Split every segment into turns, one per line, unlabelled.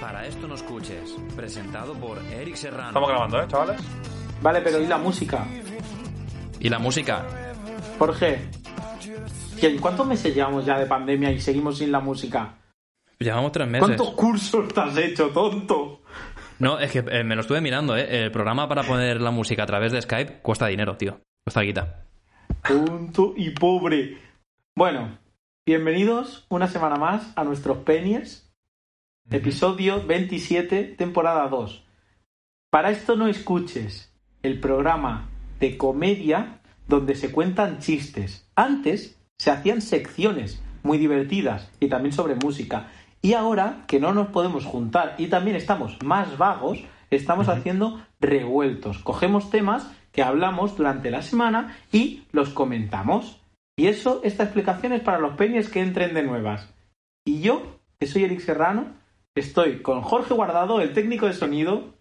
Para esto no escuches, presentado por Eric Serrano.
Estamos grabando, ¿eh, chavales?
Vale, pero ¿y la música?
¿Y la música?
Jorge, ¿qué- ¿cuántos meses llevamos ya de pandemia y seguimos sin la música?
Llevamos tres meses.
¿Cuántos cursos te has hecho, tonto?
No, es que eh, me lo estuve mirando, ¿eh? El programa para poner la música a través de Skype cuesta dinero, tío. Cuesta guita.
Tonto y pobre. Bueno, bienvenidos una semana más a nuestros Pennies, episodio 27, temporada 2. Para esto no escuches el programa de comedia donde se cuentan chistes. Antes se hacían secciones muy divertidas y también sobre música. Y ahora que no nos podemos juntar y también estamos más vagos, estamos haciendo revueltos. Cogemos temas que hablamos durante la semana y los comentamos. Y eso, esta explicación es para los peñes que entren de nuevas. Y yo, que soy Eric Serrano, estoy con Jorge Guardado, el técnico de sonido,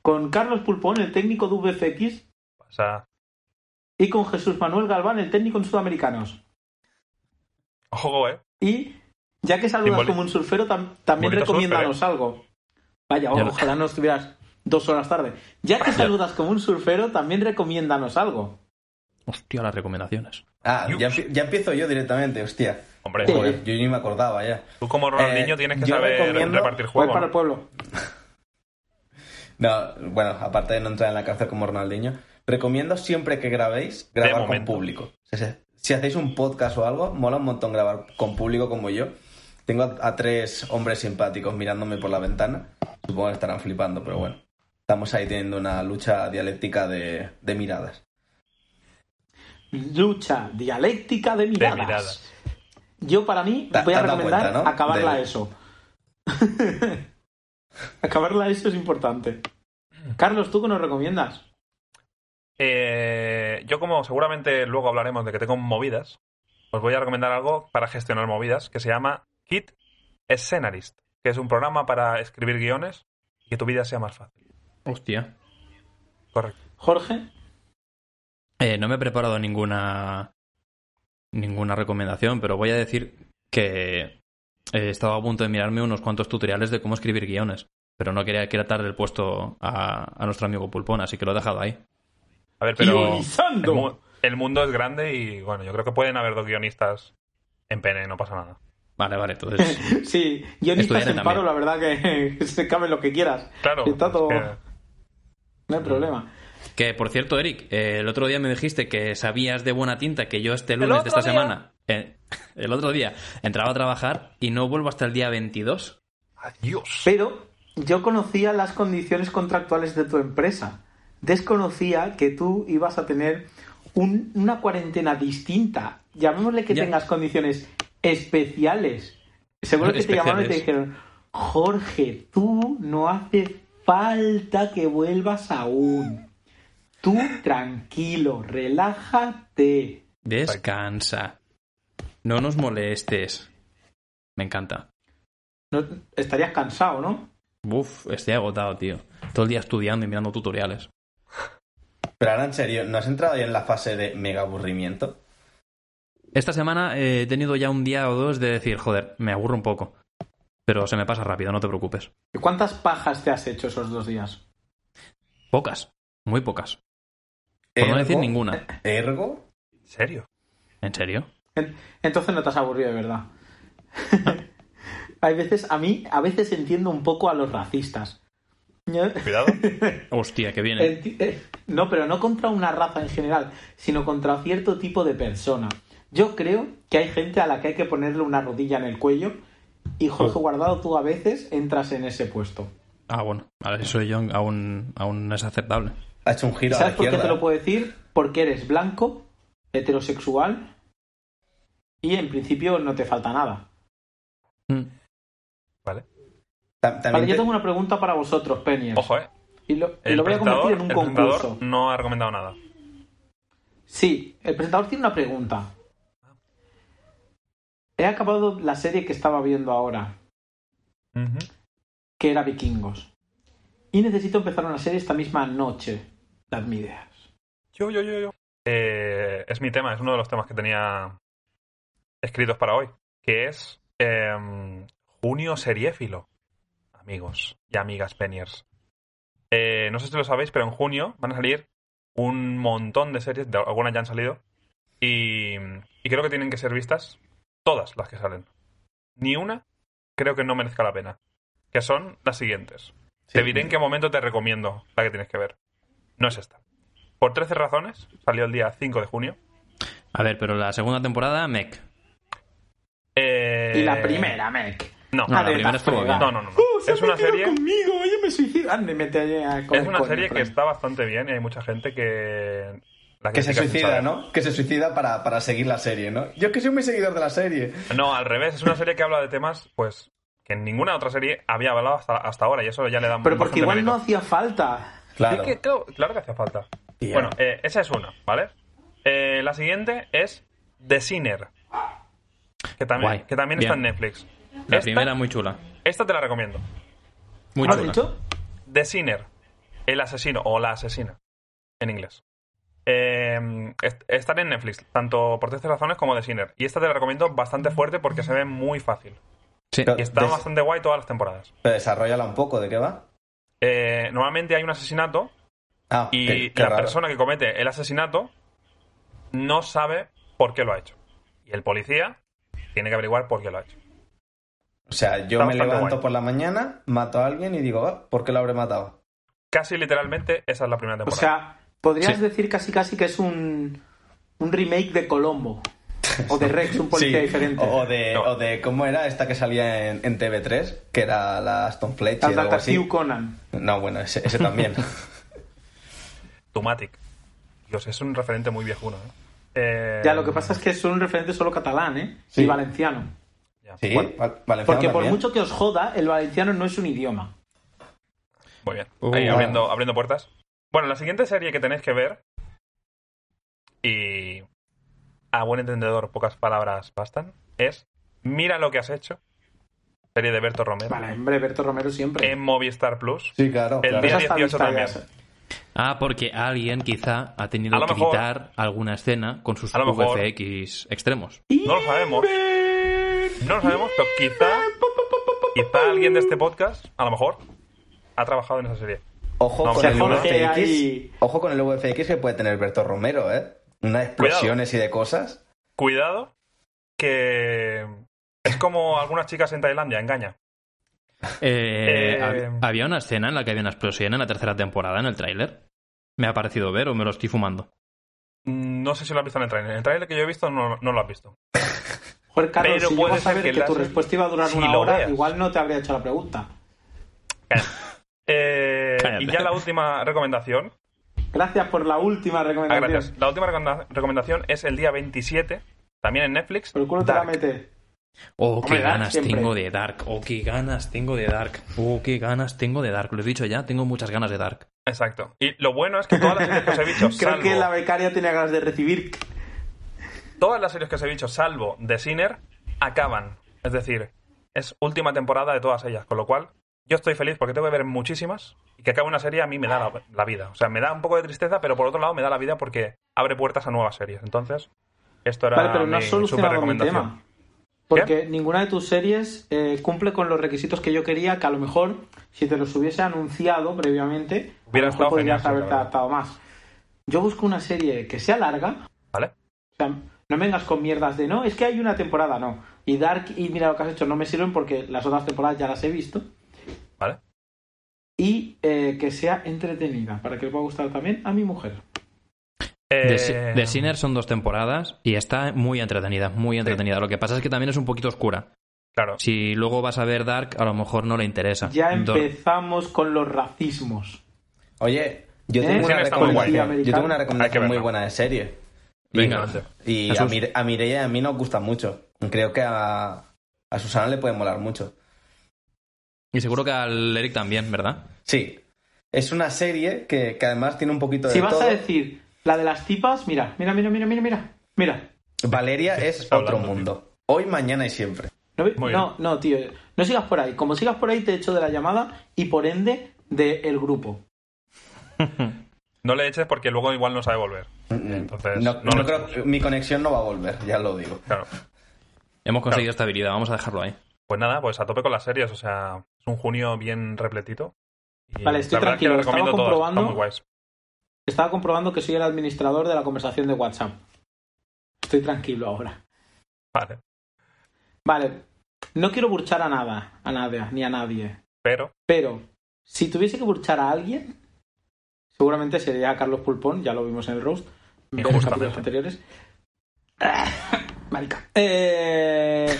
con Carlos Pulpón, el técnico de VFX,
O sea,
y con Jesús Manuel Galván, el técnico en Sudamericanos.
ojo, ¿eh?
Y ya que saludas
Simboli-
como un surfero, tam- también
Bonito
recomiéndanos algo. Vaya,
Ya lo-
ojalá no estuvieras dos horas tarde. Ya que saludas como un surfero, también recomiéndanos algo.
Hostia, las recomendaciones.
Ah, ya, empie- ya empiezo yo directamente, hostia.
Hombre,
Sí.
Joder, yo ni me acordaba ya.
tú como Ronaldinho
Eh,
tienes que
yo
saber
recomiendo-
repartir
Voy
juego.
para el
¿no?
pueblo.
No, bueno, aparte de no entrar en la cárcel como Ronaldinho, recomiendo siempre que grabéis, grabar con
momento.
público. O sea, si hacéis un podcast o algo, mola un montón grabar con público como yo. Tengo a, a tres hombres simpáticos mirándome por la ventana. Supongo que estarán flipando, pero bueno. Estamos ahí teniendo una lucha dialéctica de, de miradas.
Lucha dialéctica de miradas.
miradas.
Yo, para mí,
Ta-
voy a
te has dado
recomendar
cuenta, ¿no?
acabarla
De-
eso. acabarla eso es importante. Carlos, ¿tú qué nos recomiendas?
Eh, yo como seguramente luego hablaremos de que tengo movidas, os voy a recomendar algo para gestionar movidas que se llama Kit Scenarist, que es un programa para escribir guiones y que tu vida sea más fácil.
Hostia.
Correcto.
Jorge,
Eh, no me he preparado ninguna. ninguna recomendación, pero voy a decir que eh, he estado a punto de mirarme unos cuantos tutoriales de cómo escribir guiones. Pero no quería, quería darle el puesto a, a nuestro amigo Pulpón, así que lo he dejado ahí.
A ver, pero el,
Guionizando.
mu- el mundo es grande y bueno, yo creo que pueden haber dos guionistas en pene, no pasa nada.
Vale, vale, entonces.
Sí, guionistas
Estudiaré
en
también.
paro, la verdad que, que se cabe lo que quieras.
Claro,
Está todo-
es que-
No hay problema.
Que por cierto, Eric, eh, el otro día me dijiste que sabías de buena tinta que yo este lunes de
otro
esta
día?
semana, eh, el otro día, entraba a trabajar y no vuelvo hasta el día 22.
Adiós.
Pero yo conocía las condiciones contractuales de tu empresa. Desconocía que tú ibas a tener un- una cuarentena distinta. Llamémosle que
Ya.
tengas condiciones especiales. Seguro que te llamaron y te
Especiales.
dijeron, Jorge, tú no hace falta que vuelvas aún. Tú tranquilo, relájate.
Descansa. No nos molestes. Me encanta.
No, estarías cansado, ¿no?
Uf, estoy agotado, tío. Todo el día estudiando y mirando tutoriales.
Pero ahora, en serio, ¿no has entrado ya en la fase de mega aburrimiento?
Esta semana eh, he tenido ya un día o dos de decir, joder, me aburro un poco. Pero se me pasa rápido, no te preocupes.
¿Y cuántas pajas te has hecho esos dos días?
Pocas, muy pocas. Por
Eh,
no
oh.
decir
Ergo-
ninguna.
Ergo,
¿En serio?
¿En serio?
En- Entonces no te has aburrido de verdad. Hay veces, a mí, a veces entiendo un poco a los racistas. Yo-
Cuidado.
Hostia, que viene.
enti- eh, No, pero no contra una raza en general, sino contra cierto tipo de persona. Yo creo que hay gente a la que hay que ponerle una rodilla en el cuello y Jorge Guardado, tú a veces entras en ese puesto.
Ah, bueno, ahora eso yo aún, aún es aceptable.
Ha hecho un giro a la
¿Sabes por qué
izquierda.
te lo puedo decir? Porque eres blanco, heterosexual y en principio no te falta nada.
Mm.
¿Vale?
Ta- También
Vale, yo
te-
tengo una pregunta para vosotros, Peñas.
Ojo, ¿eh?
Y lo, y
El
lo voy a convertir
presentador,
en un
el presentador
concurso.
no ha recomendado nada.
Sí, el presentador tiene una pregunta. He acabado la serie que estaba viendo ahora,
Ujú.
que era Vikingos. Y necesito empezar una serie esta misma noche. Dadme ideas.
Yo, yo, yo, yo. Eh, es mi tema, es uno de los temas que tenía escritos para hoy, que es em, junio seriéfilo, amigos y amigas peniers. Eh, no sé si lo sabéis, pero en junio van a salir un montón de series, de algunas ya han salido, y, y creo que tienen que ser vistas todas las que salen. Ni una creo que no merezca la pena, que son las siguientes.
Sí.
Te diré en qué momento te recomiendo la que tienes que ver. No es esta. Por 13 razones, salió el día 5 de junio.
A ver, pero la segunda temporada, mec.
Eh,
Y la primera, Mec.
No,
No,
A
la
ver,
primera
Ah, la
estuvo bien.
fregada.
no, no. no, no.
¡Uh, se
es
me
una
queda
serie,
conmigo! ¡Ella me suicida! Ande, mete a con
es
el
una
coño,
serie que
Frank.
está bastante bien y hay mucha gente que... La
Que se
critica sin
suicida,
saber.
¿no? Que se suicida para, para seguir la serie, ¿no? Yo es que soy muy seguidor de la serie.
No, al revés. Es una serie que habla de temas, pues, que en ninguna otra serie había hablado hasta, hasta ahora y eso ya le da
Pero
bastante
porque igual no
mérito.
hacía falta.
Claro.
Es que, claro, claro que hacía falta.
Tía.
Bueno, eh, esa es una, ¿vale? Eh, la siguiente es The Sinner. Que también,
Guay.
que también
Bien.
está en Netflix.
La
Esta-
primera muy chula.
Esta te la recomiendo.
Muy
¿Has
chula.
dicho?
The Sinner, el asesino o la asesina, en inglés. Eh, est- están en Netflix, tanto por 13 razones como The Sinner. Y esta te la recomiendo bastante fuerte porque se ve muy fácil.
Sí.
Pero-
Y está
Des-
bastante guay todas las temporadas.
Pero desarrollala un poco, ¿de qué va?
Eh, normalmente hay un asesinato
Ah,
y
qué- qué
la
raro.
persona que comete el asesinato no sabe por qué lo ha hecho. Y el policía tiene que averiguar por qué lo ha hecho.
O sea, yo
Está
me
bastante
levanto
guay.
por la mañana, mato a alguien y digo, "Ah, ¿por qué lo habré matado?
Casi literalmente esa es la primera
O
temporada.
sea, podrías
Sí.
decir casi casi que es un, un remake de Colombo. O de Rex, un policía diferente.
O, o de,
No.
o de, ¿cómo era esta que salía en, en TV3? Que era la Aston Fletcher o algo así.
Detective Conan.
No, bueno, ese, ese también.
Tumatic. Dios, es un referente muy viejuno. ¿eh? Eh,
Ya, lo que pasa es que es un referente solo catalán, ¿eh?
Sí.
Y valenciano.
ya.
sí,
Bueno,
val- valenciano
Porque por
también.
mucho que os joda, el valenciano no es un idioma.
Muy bien.
Uh,
Ahí
wow.
abriendo, abriendo puertas. Bueno, la siguiente serie que tenéis que ver. Y. A buen entendedor, pocas palabras bastan. Es Mira lo que has hecho. Serie de Berto Romero.
Vale, hombre, Berto Romero siempre.
En Movistar Plus.
Sí, claro.
El
claro.
Eh, día
Esa
18
está lista
también.
ya.
Ah, porque alguien quizá ha
A
tenido
lo
que
mejor-
quitar alguna escena con sus
A lo mejor-
VFX extremos.
No lo sabemos. No lo sabemos, pero quizá. Quizá alguien de este podcast, a lo mejor, ha trabajado en esa serie.
Ojo,
No,
con
pero
el
Jorge
VFX,
ahí-
ojo con el VFX que puede tener Berto Romero, ¿eh? Unas explosiones y de cosas.
Cuidado, que. Es como algunas chicas en Tailandia, engaña.
Eh,
Eh,
hab- Había una escena en la que había una explosión en la tercera temporada, en el tráiler. ¿Me ha parecido ver o me lo estoy fumando?
Mm, No sé si lo has visto en el trailer. En el trailer que yo he visto no, no lo has visto.
Joder, Carlos,
Pero
si
puede
yo a
ser
saber
que
que,
la-
tu respuesta iba a durar
si
una
lo
hora,
veas.
igual no te habría hecho la pregunta.
Eh,
Cállate.
y ya la última recomendación.
Gracias por la última
Ah,
recomendación.
gracias. La última recomenda- recomendación es el día 27, también en Netflix.
Por el culo te la
Dark.
metes.
Oh,
Hombre,
qué
Dark
ganas
siempre.
tengo de Dark. Oh, qué ganas tengo de Dark. Oh, qué ganas tengo de Dark. Lo he dicho ya, tengo muchas ganas de Dark.
Exacto. Y lo bueno es que todas las series que os he dicho,
Creo
salvo,
que la becaria tenía ganas de recibir.
todas las series que os he dicho, salvo The Sinner, acaban. Es decir, es última temporada de todas ellas. Con lo cual, yo estoy feliz porque tengo que ver muchísimas. Y que acabe una serie a mí me da la, la vida. O sea, me da un poco de tristeza, pero por otro lado me da la vida porque abre puertas a nuevas series. Entonces, esto era
Vale, pero no
mi
has
super
solucionado mi
recomendación.
tema. Porque ninguna de tus series eh, cumple con los requisitos que yo quería, que a lo mejor si te los hubiese anunciado previamente, a
Hubiera
lo mejor
estado genial,
podrías
sí,
haberte
la verdad.
adaptado más. Yo busco una serie que sea larga,
¿Vale?
o sea, no me vengas con mierdas de no, es que hay una temporada, no. Y Dark y mira lo que has hecho no me sirven porque las otras temporadas ya las he visto.
¿Vale?
Y eh, que sea entretenida, para que le pueda gustar también a mi mujer.
The, Si-
Eh,
The Sinner son dos temporadas y está muy entretenida, muy entretenida. Lo que pasa es que también es un poquito oscura.
Claro.
Si luego vas a ver Dark, a lo mejor no le interesa.
Ya
Do-
empezamos con los racismos.
Oye, yo
¿Eh?
tengo,
Sí,
una
está muy guay.
recomendación, yo tengo una
Hay que
recomendación
verlo.
muy buena de serie.
Venga.
Adelante.
Y a,
Jesús.
Mire- a Mireia y a mí nos gusta mucho. Creo que a, a Susana le puede molar mucho.
Y seguro que al Eric también, ¿verdad?
Sí. Es una serie que, que además tiene un poquito de
Si vas
todo.
a decir la de las tipas, mira, mira, mira, mira, mira, mira. Mira.
Valeria es
Está
otro
hablando, tío.
mundo. Hoy, mañana y siempre.
No, vi-
Muy
no, no, tío. No sigas por ahí. Como sigas por ahí, te echo de la llamada y por ende del grupo.
No le eches porque luego igual no sabe volver. Entonces,
No-
no
no
lo
creo- mi conexión no va a volver, ya lo digo.
Claro.
Hemos conseguido estabilidad, vamos a dejarlo ahí.
Pues nada, pues a tope con las series. O sea, es un junio bien repletito. Y
Vale, estoy
la verdad es que
tranquilo,
lo
estaba
recomiendo todas,
comprobando.
están muy guays.
Estaba comprobando que soy el administrador de la conversación de WhatsApp. Estoy tranquilo ahora.
Vale.
Vale. No quiero burchar a nada, a nada, ni a nadie.
Pero,
Pero, si tuviese que burchar a alguien, seguramente sería a Carlos Pulpón, ya lo vimos en el roast, en los capítulos
Injustamente.
anteriores. Marica. Eh,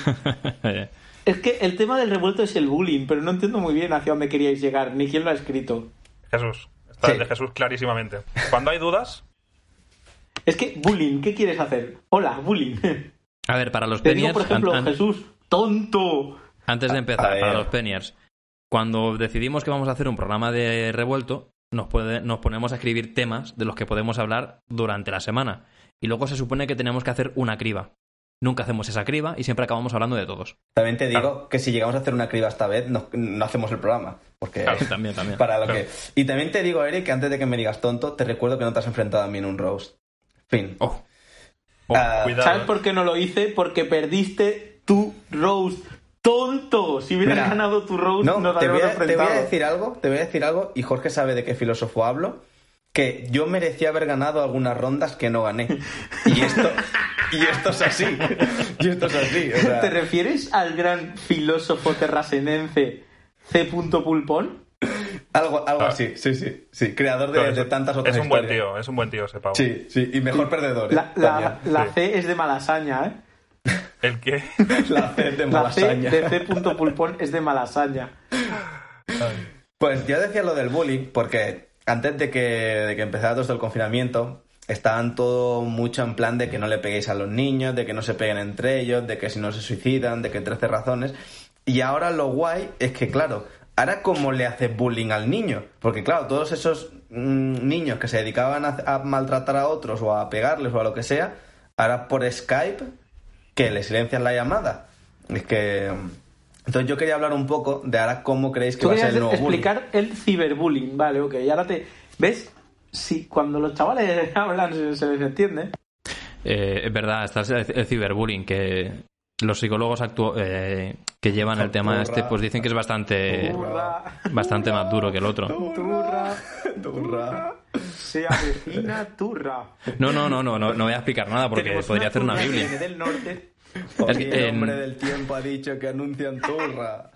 es que el tema del revuelto es el bullying, pero no entiendo muy bien hacia dónde queríais llegar, ni quién lo ha escrito.
Jesús. Está
Sí.
el de Jesús clarísimamente. Cuando hay dudas,
Es que, bullying, ¿qué quieres hacer? Hola, bullying. Te
a ver, para los
digo,
Peniers,
por ejemplo,
an- an-
Jesús, tonto.
antes de
A
empezar,
ver.
para los Peniers, cuando decidimos que vamos a hacer un programa de revuelto, nos, puede- nos ponemos a escribir temas de los que podemos hablar durante la semana. Y luego se supone que tenemos que hacer una criba. Nunca hacemos esa criba y siempre acabamos hablando de todos.
También
Ah.
te digo que si llegamos a hacer una criba esta vez, no, no hacemos el programa. Porque
También, también.
para lo que. Y también te digo, Eric, que antes de que me digas tonto, te recuerdo que no te has enfrentado a mí en un roast. Fin.
Oh,
Ah,
cuidado.
¿Sabes por qué no lo hice? Porque perdiste tu roast. ¡Tonto! Si hubieras
Mira,
ganado tu roast,
No,
no, te
te, voy
habríamos
a, te voy a
enfrentado.
decir algo, te voy a decir algo, y Jorge sabe de qué filósofo hablo, que yo merecía haber ganado algunas rondas que no gané. Y esto, y esto es así. Y esto es así. o sea,
¿Te refieres al gran filósofo terrasenense C. Pulpón?
algo, algo así, sí, sí. Sí, creador de,
Pero Ah. es-
de tantas otras
Es un buen
historias.
tío, es un buen tío ese pavo.
Sí, sí, y mejor perdedor. ¿eh?
La, la-
También.
la
sí.
C es de Malasaña, ¿eh?
El que.
La C de
La C
Malasaña.
de C. Pulpón es de Malasaña.
Pues yo decía lo del bullying, porque antes de que, de que empezara todo esto el confinamiento, estaban todo mucho en plan de que no le peguéis a los niños, de que no se peguen entre ellos, de que si no se suicidan, de que 13 razones. Y ahora lo guay es que, claro, ahora cómo le haces bullying al niño. Porque, claro, todos esos mm, niños que se dedicaban a, a maltratar a otros o a pegarles o a lo que sea, ahora por Skype que le silencian la llamada. Es que. Entonces yo quería hablar un poco de ahora cómo creéis que
Tú
va a ser
querías
el nuevo bullying.
explicar el ciberbullying, vale, ok. Y ahora te... ¿Ves? Sí, cuando los chavales hablan se, se les entiende.
Eh, es verdad, está el el ciberbullying, que los psicólogos actu- eh, que llevan el tema este, pues dicen que es
Eh,
bastante,
Turra,
bastante más duro que el otro.
turra,
Turra.
se avecina turra.
No, no, no, no, no, no voy a explicar nada porque
Tenemos
podría
una
hacer una
turra que
biblia.
viene del norte.
Es que
el
en-
hombre del tiempo ha dicho que anuncian turra.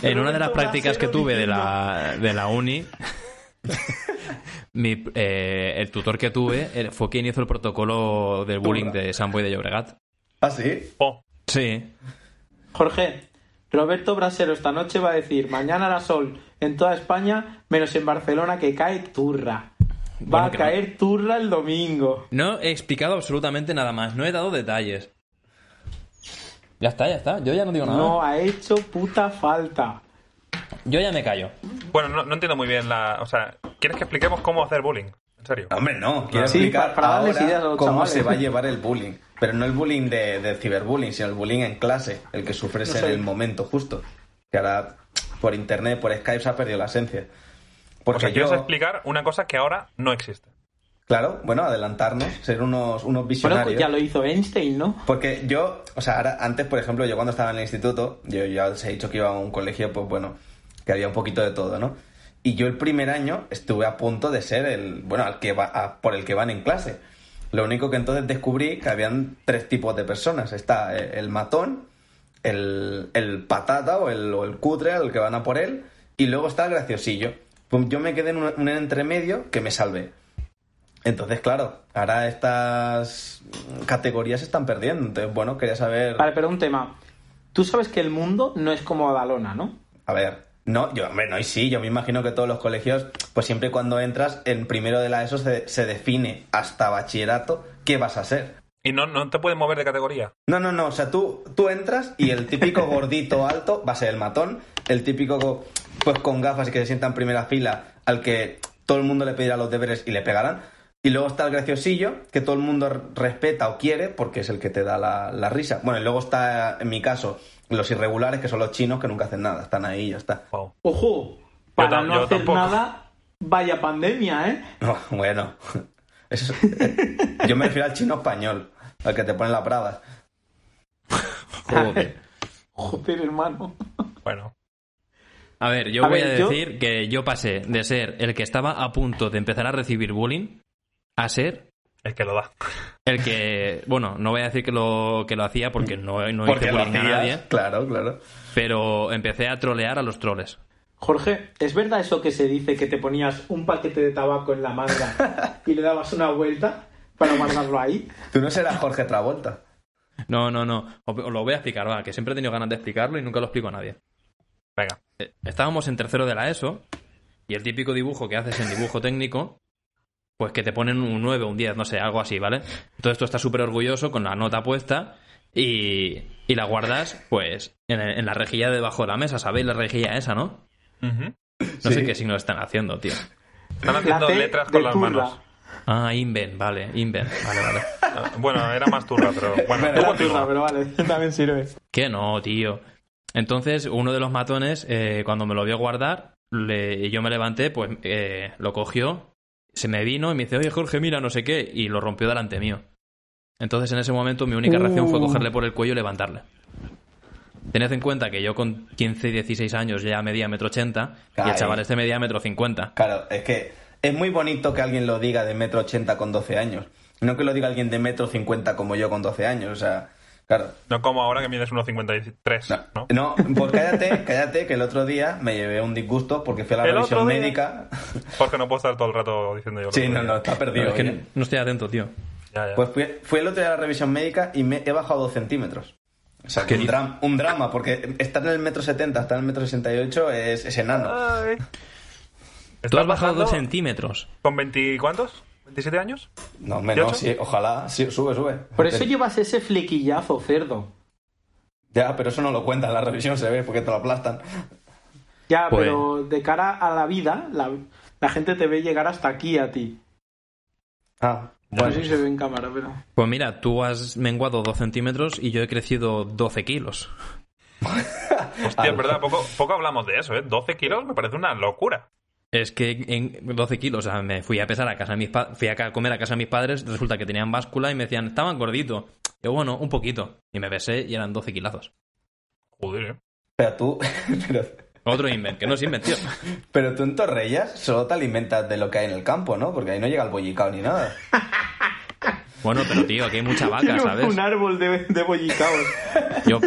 En una de las
Roberto
prácticas que
Brasero
tuve de la, de la uni, mi, eh, el tutor que tuve eh, fue quien hizo el protocolo del bullying de Samboy de Llobregat.
¿Ah, sí?
Oh,
Sí,
Jorge, Roberto Brasero esta noche va a decir, mañana hará sol en toda España, menos en Barcelona que cae turra. Va
Bueno,
a
que no.
caer turra el domingo.
No he explicado absolutamente nada más, no he dado detalles. Ya está, ya está, yo ya no digo nada.
No ha hecho puta falta.
Yo ya me callo.
Bueno, no, no entiendo muy bien la. O sea, ¿quieres que expliquemos cómo hacer bullying? En serio.
Hombre, no. Quiero
Sí, para-
explicar
para darles
ahora
ideas a los
cómo
chavales.
se va a llevar el bullying. Pero no el bullying de, de ciberbullying, sino el bullying en clase. El que sufres
No
en
sé.
el momento justo. Que ahora por internet, por Skype se ha perdido la esencia. Porque
o sea,
yo...
quieres explicar una cosa que ahora no existe.
Claro, bueno, adelantarnos, ser unos, unos
Bueno,
visionarios.
pues ya lo hizo Einstein, ¿no?
Porque yo, o sea, ahora, antes, por ejemplo, yo cuando estaba en el instituto, yo ya os he dicho que iba a un colegio, pues bueno, que había un poquito de todo, ¿no? Y yo el primer año estuve a punto de ser el, bueno, al que va, a- por el que van en clase. Lo único que entonces descubrí que habían tres tipos de personas. Está eh, el matón, el, el patata o el, o el cutre al que van a por él, y luego está el graciosillo. Pum, Yo me quedé en un- un entremedio que me salvé. Entonces, claro, ahora estas categorías se están perdiendo. Entonces, bueno, quería saber.
Vale, pero un tema. Tú sabes que el mundo no es como Badalona, ¿no?
A ver, no, yo, hombre, no, y sí, yo me imagino que todos los colegios, pues siempre cuando entras, en primero de la ESO se, se define hasta bachillerato qué vas a ser.
Y no, no te puedes mover de categoría.
No, no, no. O sea, tú, tú entras y el típico gordito alto va a ser el matón. El típico, go- pues con gafas y que se sienta en primera fila, al que todo el mundo le pedirá los deberes y le pegarán. Y luego está el graciosillo, que todo el mundo r- respeta o quiere porque es el que te da la, la risa. Bueno, y luego está, en mi caso, los irregulares, que son los chinos que nunca hacen nada. Están ahí y ya está.
Wow.
Ojo, para
tam-
no
yo
hacer
tampoco.
nada, vaya pandemia, ¿eh?
No, bueno. Eso es- Yo me refiero al chino español, al que te ponen las bravas.
Joder.
Joder, hermano.
Bueno,
A ver, yo
A
voy
ver,
a
yo-
decir que yo pasé de ser el que estaba a punto de empezar a recibir bullying a ser
el que lo da.
el que, bueno, no voy a decir que lo, que lo hacía porque no, no hice
lo
bullying a
hacías,
nadie, ¿eh?
Claro, claro.
pero empecé a trolear a los troles.
Jorge, ¿es verdad eso que se dice que te ponías un paquete de tabaco en la manga y le dabas una vuelta para guardarlo ahí?
Tú no serás Jorge Travolta.
No, no, no. Os, os lo voy a explicar, va, que siempre he tenido ganas de explicarlo y nunca lo explico a nadie.
Venga.
Eh, Estábamos en tercero de la ESO y el típico dibujo que haces en dibujo técnico, pues que te ponen un 9, un 10, no sé, algo así, ¿vale? Entonces tú estás súper orgulloso con la nota puesta y, y la guardas, pues, en, en la rejilla debajo de la mesa, ¿sabéis la rejilla esa, no?
Ujú.
No sé
Sí.
qué signo están haciendo, tío.
Están
La
haciendo
T
letras
de
con las
turra.
manos.
Ah, Inven, vale, Inven, vale, vale.
Ah, Bueno, era más turra, pero bueno,
Era
tú
turra,
continúa.
pero vale, también sirve.
Que no, tío. Entonces, uno de los matones, eh, cuando me lo vio guardar, le- y yo me levanté, pues eh, lo cogió, se me vino y me dice, oye Jorge, mira, no sé qué, y lo rompió delante mío. Entonces, en ese momento, mi única reacción
Uh.
fue cogerle por el cuello y levantarle. Tened en cuenta que yo con 15 y 16 años ya medía metro 80 y el
Ay.
chaval este medía metro 50.
Claro, es que es muy bonito que alguien lo diga de metro ochenta con 12 años. No que lo diga alguien de metro cincuenta como yo con 12 años. O sea, claro.
No como ahora que mides 1,53,
No,
¿no?
no, pues cállate, cállate, que el otro día me llevé un disgusto porque fui a la
El
revisión
otro día.
médica.
Porque no puedo estar todo el rato diciendo yo lo
Sí,
que
no,
digo.
no, está perdido.
Pero es que
oye.
no, no estoy atento, tío.
Ya, ya.
Pues fui, fui el otro día a la revisión médica y me he bajado dos centímetros. O sea, que un, dram- un drama, porque estar en el metro 70, estar en el metro 68 es, es enano.
Ay.
Tú has
¿Estás
bajado
bajando
dos centímetros.
¿Con 20 cuántos? ¿27 años?
No, hombre, no,
¿18?
sí, ojalá, sí, sube, sube.
Por eso llevas ese flequillazo, cerdo.
Ya, pero eso no lo cuentan, en la revisión se ve porque te lo aplastan.
Ya,
Pues-
pero de cara a la vida, la, la gente te ve llegar hasta aquí a ti.
Ah,
No
bueno.
sé si se ve en cámara, pero.
Pues mira, tú has menguado 2 centímetros y yo he crecido 12 kilos.
Hostia, es verdad, poco, poco hablamos de eso, ¿eh? 12 kilos me parece una locura.
Es que en 12 kilos, o sea, me fui a pesar a casa de mis pa- fui a ca- comer a casa de mis padres, resulta que tenían báscula y me decían, estaban gorditos. Yo, bueno, un poquito. Y me besé y eran 12 kilazos.
Joder, ¿eh?
Pero tú, pero,
Otro invent, que no es invent, tío.
pero tú en Torrellas solo te alimentas de lo que hay en el campo, ¿no? Porque ahí no llega el bollicao ni nada.
Bueno, pero tío, aquí hay mucha vaca,
Tiene
Ah, ¿sabes?
un árbol de, de bollicaos.
Yo,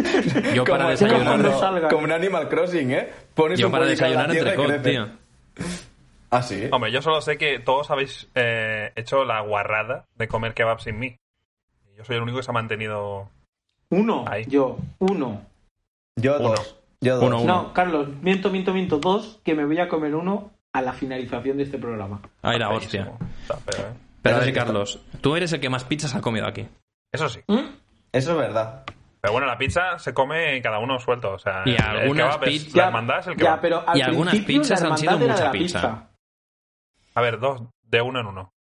yo para
Como-
desayunar,
no
como-
salga.
como un Animal Crossing, ¿eh? Pones
yo
un
para
bollicao en la
desayunar
tierra
entre
y
cot,
crece.
tío.
Ah, sí.
Hombre, yo solo sé que todos habéis eh, hecho la guarrada de comer kebab sin mí. Yo soy el único que se ha mantenido...
Uno,
Ahí.
yo, uno.
Yo
Uno.
dos. Yo dos.
Uno, uno.
No, Carlos, miento, miento, miento, dos, que me voy a comer uno a la finalización de este programa.
Ahí la hostia.
Feísimo. Está feo, ¿eh?
Pero a
Eso
ver,
sí que está.
Carlos, tú eres el que más pizzas ha comido aquí.
Eso sí.
Eso es verdad.
Pero bueno, la pizza se come cada uno suelto. O sea,
Y
el
algunas
kebab es-
pizz-
la hermandad es el que
ya, pero al
Y algunas
principio la
pizzas han sido
hermandad era
mucha
de la
pizza.
A ver, dos, de uno en uno.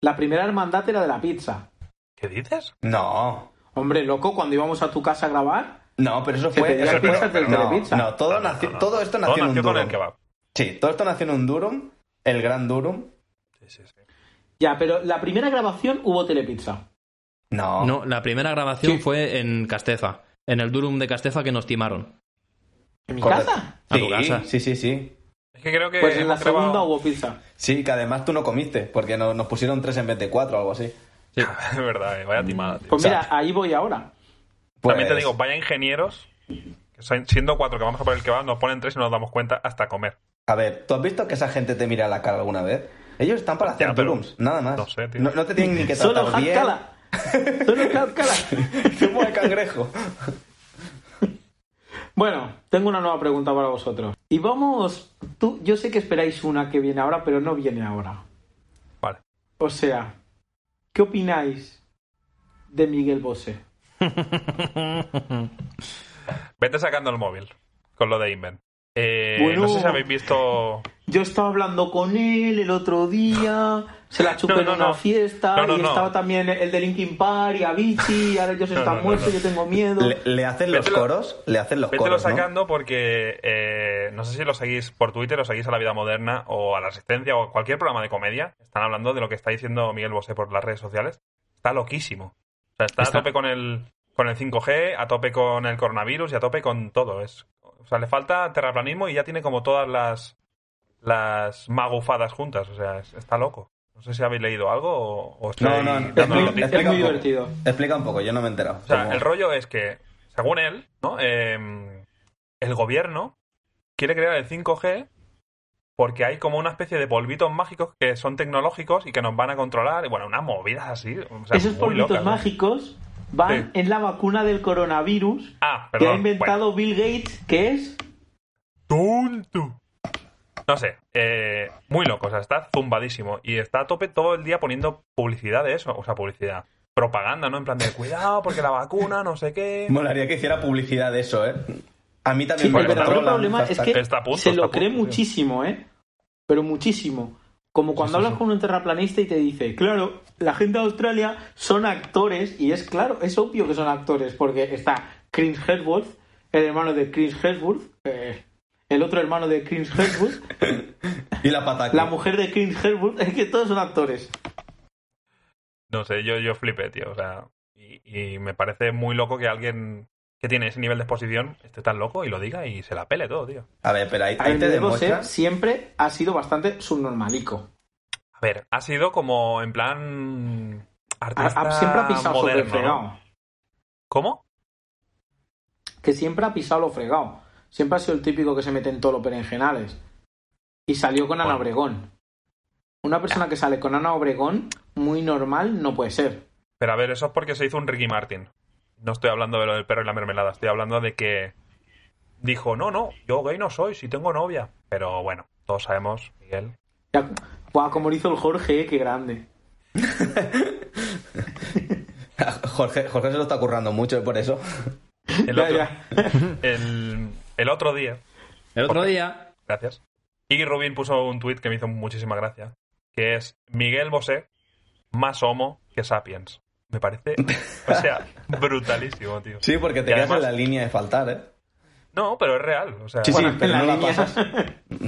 La primera hermandad era de la pizza.
¿Qué dices?
No.
Hombre, loco, cuando íbamos a tu casa a grabar,
No, pero eso
Que
fue.
pedía
eso fue-
pizzas del
no,
Telepizza.
no, todo,
No, no,
nació-
no, no.
todo esto nació en un
con el
Durum.
kebab.
Sí, todo esto nació en un Durum, el gran Durum.
Sí, sí, sí.
ya, pero la primera grabación hubo telepizza.
No.
No, la primera grabación
Sí.
fue en Castefa, en el Durum de Castefa que nos timaron.
¿En mi
Correcto.
casa?
A tu casa.
Sí, sí, sí, sí.
Es que creo que
Pues en la
Eh, hemos grabado-
segunda hubo pizza.
Sí, que además tú no comiste, porque no- nos pusieron tres en vez de cuatro o algo así.
Es verdad, eh, vaya timada, tío.
Pues mira,
Exacto.
ahí voy ahora.
Pues-
También te digo, vaya ingenieros, que son- siendo cuatro que vamos a poner el kebab, nos ponen tres y no nos damos cuenta hasta comer.
A ver, ¿tú has visto que esa gente te mira a la cara alguna vez? Ellos están para hacer
Ya, pero-
Durums, nada más.
no sé, tío.
No, no te tienen ni que
Solo
tratar bien.
Haskala. Solo Haskala.
Zumo de cangrejo.
Bueno, tengo una nueva pregunta para vosotros. Y vamos, tú, yo sé que esperáis una que viene ahora, pero no viene ahora.
Vale.
O sea, ¿Qué opináis de Miguel Bosé?
Vete sacando el móvil con lo de Inven. Eh,
Bueno.
No sé si habéis visto.
Yo estaba hablando con él el otro día, se la chupé
No,
en
no,
una
no.
fiesta,
No, no,
y
no.
estaba también el de Linkin Park y Avicii, y ahora ellos
No,
están
no, no,
muertos,
no.
yo tengo miedo.
Le, le hacen los
Vételo-
coros, le hacen los
Vételo
coros, ¿no?
sacando porque eh, no sé si lo seguís por Twitter o seguís a La Vida Moderna o a La Resistencia o cualquier programa de comedia. Están hablando de lo que está diciendo Miguel Bosé por las redes sociales. Está loquísimo. O sea, está,
Está-
a tope con el, con el 5G, a tope con el coronavirus y a tope con todo. Es, o sea, le falta terraplanismo y ya tiene como todas las, las magufadas juntas. O sea, es- está loco. No sé si habéis leído algo o, o
No,
estáis
no, no.
es
dando
muy,
la
es
noticia.
explica
muy
un poco.
divertido.
Explica un poco, yo no me he enterado.
O sea,
Como-
el rollo es que, según él, ¿no? Eh, el gobierno quiere crear el 5G porque hay como una especie de polvitos mágicos que son tecnológicos y que nos van a controlar. Y bueno, unas movidas así. o sea,
Esos
muy
polvitos
locas, ¿no?
mágicos van
Sí.
en la vacuna del coronavirus
Ah,
que ha
perdón.
inventado Bill Gates, que es
Bueno, tonto. No sé, eh, muy loco, o sea, está zumbadísimo y está a tope todo el día poniendo publicidad de eso, o sea, publicidad, propaganda, ¿no? En plan de cuidado porque la vacuna, no sé qué.
Molaría que hiciera publicidad de eso, ¿eh? A mí
Sí,
también
el
Bueno,
controlan,
verdadero problema es
hashtag.
que
Está a punto,
se
está
lo
a punto,
cree
sí.
muchísimo, ¿eh? Pero muchísimo. Como cuando hablas con un terraplanista y te dice, claro, la gente de Australia son actores, y es claro, es obvio que son actores, porque está Chris Hemsworth, el hermano de Chris Hemsworth, eh, el otro hermano de Chris Hemsworth,
Y la patata.
la mujer de Chris Hemsworth, es que todos son actores.
No sé, yo, yo flipé, tío. O sea, y, y me parece muy loco que alguien que tiene ese nivel de exposición esté tan loco y lo diga y se la pele todo, tío.
A ver, pero ahí,
A
ahí
ver,
te
Miguel Bosé
demuestra.
siempre ha sido bastante subnormalico.
A ver, ha sido como en plan
Ha-
artista
ha- Ah, siempre ha pisado sobre el
moderno, ¿no?
fregado.
¿Cómo?
que siempre ha pisado lo fregado. Siempre ha sido el típico que se mete en todos los berenjenales. Y salió con Ana
Bueno.
Obregón. Una persona que sale con Ana Obregón, muy normal, no puede ser.
Pero a ver, eso es porque se hizo un Ricky Martin. No estoy hablando de lo del perro y la mermelada, estoy hablando de que dijo, no, no, yo gay no soy, si tengo novia. Pero bueno, todos sabemos, Miguel.
Ya- Buah, como lo hizo el Jorge, eh, qué grande.
Jorge, Jorge se lo está currando mucho, ¿eh? por eso.
El
Ya,
otro,
ya.
el- el otro día,
El otro día.
Gracias. Y Rubin puso un tuit que me hizo muchísima gracia, que es Miguel Bosé más homo que sapiens. Me parece, o sea, brutalísimo, tío.
Sí, porque te
Y
quedas en
además-
la línea de faltar, ¿eh?
No, pero es real, o sea,
Sí,
Bueno,
sí, pero
en
no
la
la
línea.
pasas.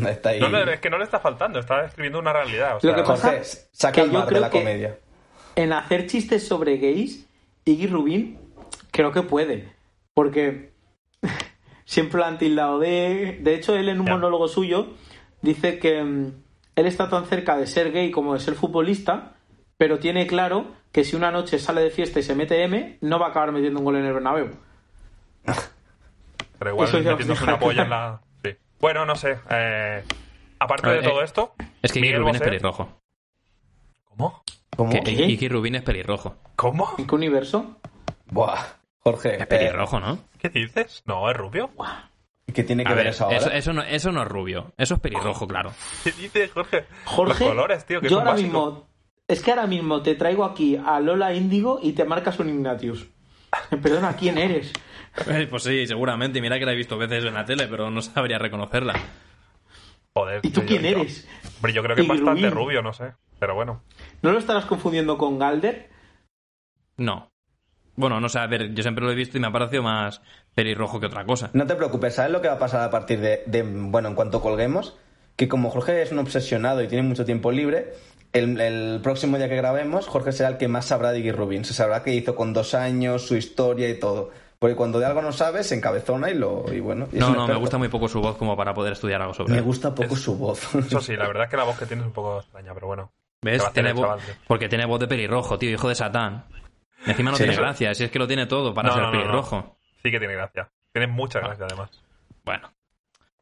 Está ahí.
no le- es que no le está faltando, está describiendo una realidad. o sea,
Lo que pasa-
Jorge, saca
Que
el
yo
bar de
creo
la
que-
comedia.
En hacer chistes sobre gays, Iggy Rubin creo que puede. Porque siempre lo han tildado de... De hecho, él en un
Ya.
monólogo suyo dice que mm, él está tan cerca de ser gay como de ser futbolista, pero tiene claro que si una noche sale de fiesta y se mete M, no va a acabar metiendo un gol en el Bernabéu.
pero igual
eso ya-
metiéndose una polla en la... sí. Bueno, no sé. eh, aparte
A
de
ver,
todo
eh,
esto...
Es que Iggy
Miguel
Rubin es
Bosé-
pelirrojo.
¿Cómo?
¿Cómo?
Que
¿Qué?
Iggy Rubin es pelirrojo.
¿Cómo?
¿En qué universo?
Buah. Jorge,
Es
eh,
pelirrojo, ¿no?
¿Qué dices? No, es rubio.
¿qué tiene que
A
ver
ver,
eso
eso,
ahora?
eso no, eso no es rubio. Eso es pelirrojo, claro.
¿Qué dices, Jorge?
Jorge,
Los colores, tío, que
yo
son
ahora
básicos.
mismo... Es que ahora mismo te traigo aquí a Lola Índigo y te marcas un Ignatius. Perdona, ¿quién eres?
Eh, Pues sí, seguramente. Mira que la he visto veces en la tele, pero no sabría reconocerla.
Joder,
¿Y tú
tío,
quién
yo-
eres?
Hombre, yo creo que es
Y
bastante
Rubín.
rubio, no sé. Pero bueno.
¿No lo estarás confundiendo con Galder?
No. Bueno, no sé, a ver, yo siempre lo he visto y me ha parecido más pelirrojo que otra cosa.
No te preocupes, ¿sabes lo que va a pasar a partir de, de- bueno, en cuanto colguemos? Que como Jorge es un obsesionado y tiene mucho tiempo libre, el, el próximo día que grabemos, Jorge será el que más sabrá de Iggy Rubin. Se sabrá qué hizo con dos años, su historia y todo. Porque cuando de algo no sabes, se encabezona y lo. Y bueno, y es
No,
un
no, me
experto.
gusta eh. muy poco su voz como para poder estudiar algo sobre
Me
él.
gusta poco su voz.
Eso sí, la verdad es que la voz que tiene es un poco extraña, pero bueno.
¿Ves?
Sebastián,
Tiene
el
vo-
chaval, tío.
Porque tiene voz de pelirrojo, tío, hijo de Satán. Encima no
Sí.
tiene gracia, si es que lo tiene todo para
No,
ser
no, no, no.
pelirrojo.
Sí que tiene gracia. Tiene mucha gracia, además.
Bueno.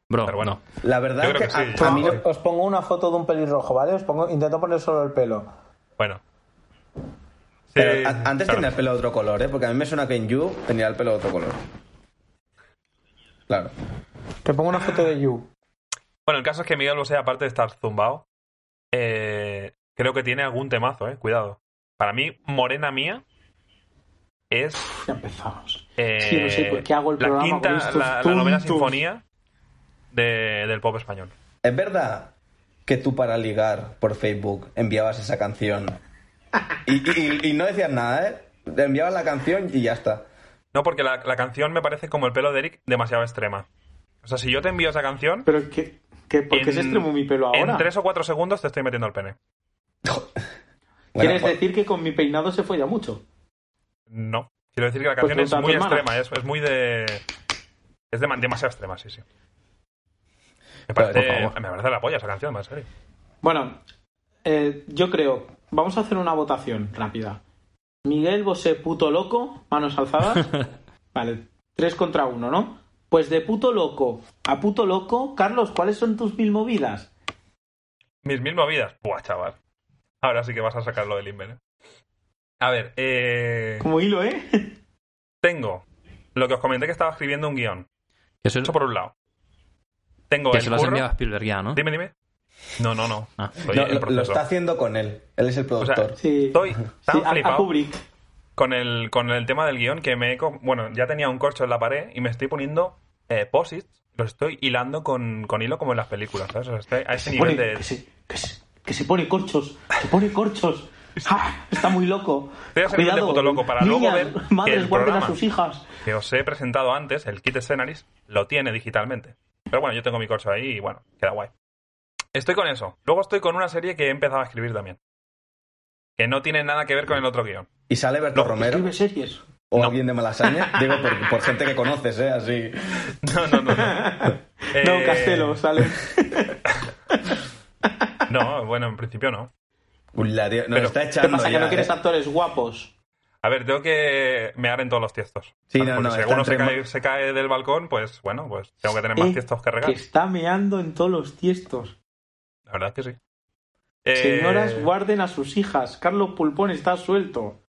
Bro,
Pero bueno.
La verdad
Yo creo
que,
que sí.
a, a mí no-
Pues Os pongo una foto de un pelirrojo, ¿vale? Os pongo, intento poner solo el pelo.
Bueno. Sí,
pero a- antes
claro.
tenía el pelo de otro color, ¿eh? Porque a mí me suena que en You tenía el pelo de otro color. Claro.
Te pongo una foto de You.
Bueno, el caso es que Miguel Bosé, aparte de estar zumbao, eh, creo que tiene algún temazo, eh. Cuidado. Para mí, morena mía es.
Ya empezamos.
eh,
Sí, no sé por qué hago el
la
programa
quinta,
con estos
la, la novena
tontos.
sinfonía de- del pop español.
¿Es verdad que tú para ligar por Facebook enviabas esa canción y, y- y no decías nada, eh? Enviabas la canción y ya está.
No, porque la, la canción me parece como el pelo de Eric demasiado extrema. O sea, si yo te envío esa canción,
Pero que, que ¿por qué
en-
se extremó mi pelo ahora?
en tres o cuatro segundos te estoy metiendo el pene.
Bueno, pues,
¿Quieres
por-
decir que con mi peinado se folla mucho?
No. Quiero decir que la
Pues
canción
pregunta a
es
tu
muy
hermana.
extrema, es, es muy de. Es de, demasiado extrema, sí, sí. Me
Vale,
parece,
por favor.
me parece la polla esa canción, más serio.
Bueno, eh, yo creo, vamos a hacer una votación rápida. Miguel Bosé, puto loco, manos alzadas. vale, tres contra uno, ¿no? Pues de puto loco a puto loco, Carlos, ¿cuáles son tus mil movidas?
Mis mil movidas. Buah, chaval. Ahora sí que vas a sacarlo del Inver. ¿eh? A ver, eh,
Como hilo, ¿eh?
tengo lo que os comenté que estaba escribiendo un guión.
Eso,
Eso por un lado. Tengo
que
el
se lo has
curro-
enviado a Spielberg ya, ¿no?
Dime, dime. No, no, no.
Ah.
Estoy
no,
en
lo- lo,
proceso.
está haciendo con él. Él es el
O sea,
productor.
Sí.
estoy tan
Sí, a- a,
flipado
Kubrick.
con el, con el tema del guión que me he... co- Bueno, ya tenía un corcho en la pared y me estoy poniendo eh, posits. Los estoy hilando con, con hilo como en las películas, ¿sabes? O sea, estoy a ese
Se
nivel
pone,
de...
que, se, que se- que se pone corchos, se pone corchos. ¡Ah! Está muy loco.
Te voy a hacer el de puto loco para luego
niñas,
ver que
Madres,
el
guarden a
programa-
sus hijas.
que os he presentado antes, el kit Scenaries, lo tiene digitalmente. Pero bueno, yo tengo mi corcho ahí y bueno, queda guay. Estoy con eso. Luego estoy con una serie que he empezado a escribir también. Que no tiene nada que ver con el otro guión.
¿Y sale Berto
No,
Romero
Escribe series.
o alguien de Malasaña? Digo, por, por gente que conoces, ¿eh? Así.
No, no, no. No,
No,
Eh,
Castelo, sale.
No, bueno, en principio no.
Uy, la tío- nos
Pero,
está
¿Qué
echando
pasa?
ya,
¿Que no
¿eh?
quieres actores guapos?
A ver, tengo que mear en todos los tiestos.
Sí,
Porque
no, no,
si
está
alguno se
entre-
cae, se cae del balcón, pues bueno, pues tengo que tener más
Eh,
tiestos que regar.
Que está meando en todos los tiestos.
La verdad es que sí. Eh,
Señoras, guarden a sus hijas. Carlos Pulpón está suelto.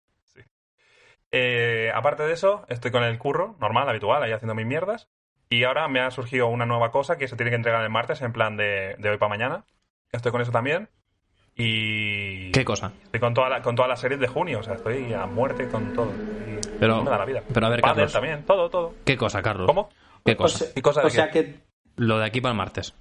Eh, aparte de eso, estoy con el curro, normal, habitual, ahí haciendo mis mierdas. Y ahora me ha surgido una nueva cosa que se tiene que entregar el martes en plan de, de hoy para mañana. Estoy con eso también. Y
¿Qué cosa?
estoy con toda la, con toda la serie de junio, o sea, estoy a muerte con todo. Y
Pero-
me da la vida.
pero a ver,
Padel
Carlos.
también, todo, todo.
¿Qué cosa, Carlos?
¿Cómo? Pues
¿Qué
O
cosa?
sea,
¿Y cosa de
eh, o sea que
Lo de aquí para el martes.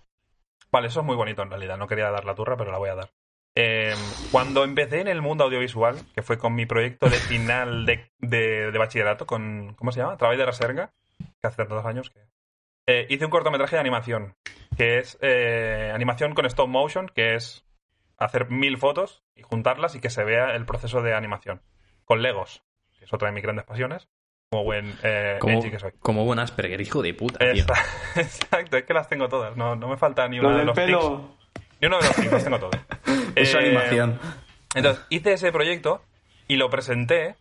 Vale, eso es muy bonito en realidad. No quería dar la turra, pero la voy a dar. Eh, cuando empecé en el mundo audiovisual, que fue con mi proyecto de final de, de- de bachillerato, con. ¿Cómo se llama? Trabajo de reserga, que hace tantos años que. Eh, hice un cortometraje de animación, que es eh, animación con stop motion, que es hacer mil fotos y juntarlas y que se vea el proceso de animación. Con Legos, que es otra de mis grandes pasiones, como buen eh,
Como,
edgy que soy.
como buen Asperger, hijo de puta, tío.
Esta- exacto, es que las tengo todas, no, no me falta ni una
lo
de
del
los tics.
pelo.
Yo uno de los cinco, tengo todo.
Es
Eh,
animación.
Entonces, hice ese proyecto y lo presenté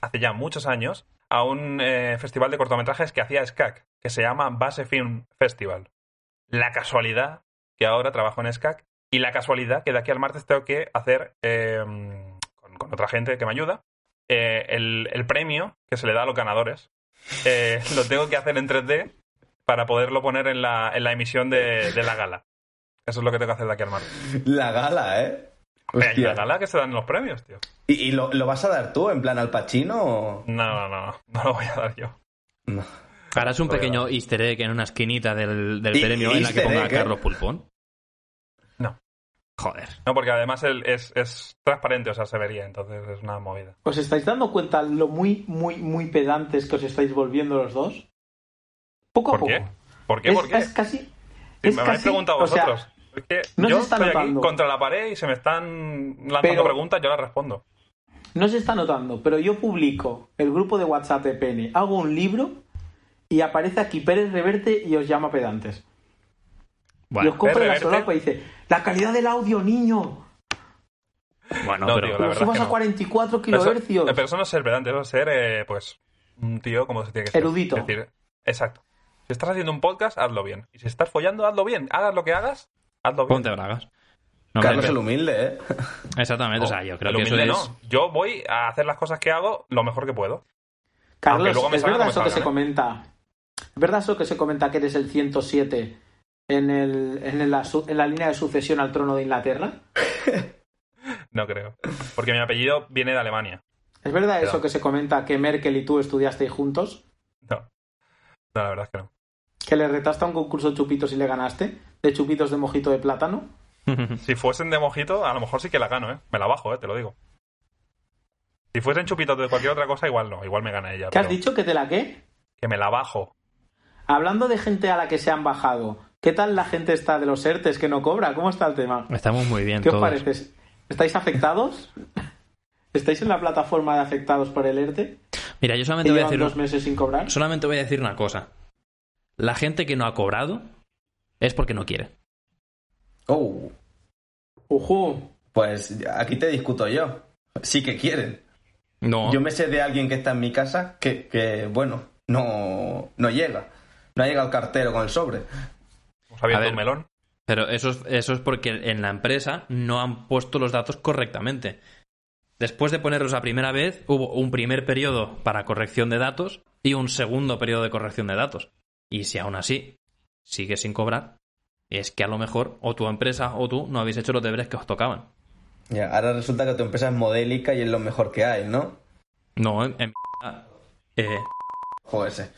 hace ya muchos años a un eh, festival de cortometrajes que hacía SCAC, que se llama Base Film Festival. La casualidad que ahora trabajo en SCAC y la casualidad que de aquí al martes tengo que hacer eh, con, con otra gente que me ayuda eh, el, el premio que se le da a los ganadores. eh, lo tengo que hacer en 3D para poderlo poner en la, en la emisión de, de la gala. Eso es lo que tengo que hacer de aquí al martes.
La gala, ¿eh?
Hombre, hay
Hostia.
una gala que se dan los premios, tío.
¿Y, y lo, lo vas a dar tú, en plan al Pacino? o-
No, no, no, no, no lo voy a dar yo.
No.
Harás un
Lo voy a
pequeño easter egg en una esquinita del, del
Y-
premio en la que
easter
ponga
egg, ¿eh?
Carlos Pulpón.
No.
Joder.
No, porque además él es, es transparente, o sea, se vería, entonces es una movida.
¿Os estáis dando cuenta lo muy, muy, muy pedantes que os estáis volviendo los dos? Poco a
¿Por
poco.
qué? ¿Por qué?
Es,
¿Por qué?
es casi.
Si
es
me habéis
casi-
preguntado
o sea,
vosotros. Es que
no
yo
se está
estoy aquí
notando.
contra la pared y se me están lanzando
Pero-
preguntas, yo las respondo.
no se está notando, pero yo publico el grupo de WhatsApp de Pene, hago un libro y aparece aquí Pérez Reverte y os llama pedantes.
Bueno,
y os compra la
Reverte.
solapa y dice: La calidad del audio, niño,
bueno
No,
pero
tío, La
lo
verdad
subas
que
a
no.
44
Pero eso-
kilohercios.
eh, Pero eso no es ser pedante, eso es ser, eh, pues, un tío como se tiene que ser.
Erudito.
Es decir, exacto. Si estás haciendo un podcast, hazlo bien. Y si estás follando, hazlo bien. Hagas lo que hagas, hazlo bien.
ponte bragas. No, hombre,
Carlos
pero-
el humilde, ¿eh?
Exactamente,
No,
o sea, yo creo
Oh, el
que eso
humilde
es...
no. Yo voy a hacer las cosas que hago lo mejor que puedo. aunque
Carlos,
luego me
es
salga
verdad
como
eso
salga,
que se
¿eh?
comenta. ¿Es verdad eso que se comenta que eres el 107 en, el, en, la, su- en la línea de sucesión al trono de Inglaterra?
No creo. Porque mi apellido viene de Alemania.
¿Es verdad
Pero-
eso que se comenta que Merkel y tú estudiasteis juntos?
No. No, la verdad es que no.
¿Que le retaste a un concurso de chupitos y le ganaste? ¿De chupitos de mojito de plátano?
Si fuesen de mojito, a lo mejor sí que la gano, ¿eh? Me la bajo, ¿eh? Te lo digo. Si fuesen chupitos de cualquier otra cosa, igual no. Igual me gana ella.
¿Qué has
Ah, pero
dicho? ¿Que te la qué?
Que me la bajo.
Hablando de gente a la que se han bajado, ¿qué tal la gente está de los ERTES que no cobra? ¿Cómo está el tema?
Estamos muy bien
¿Qué os
todos.
parece? ¿Estáis afectados? ¿Estáis en la plataforma de afectados por el ERTE?
Mira, yo
¿Que
solamente voy a
llevan
decir
dos meses sin cobrar?
solamente voy a decir una cosa. La gente que no ha cobrado es porque no quiere.
Oh,
¡Ujú!
pues aquí te discuto yo. Sí que quieren.
No.
Yo me sé de alguien que está en mi casa que, que, bueno, no, no llega. No ha llegado el cartero con el sobre.
Hemos abierto
ver.
un melón.
Pero eso es, eso es porque en la empresa no han puesto los datos correctamente. Después de ponerlos la primera vez, hubo un primer periodo para corrección de datos y un segundo periodo de corrección de datos. Y si aún así sigue sin cobrar, es que a lo mejor o tu empresa o tú no habéis hecho los deberes que os tocaban.
Ya, ahora resulta que tu empresa es modélica y es lo mejor que hay, ¿no?
No, en, en- eh,
Joder, ese.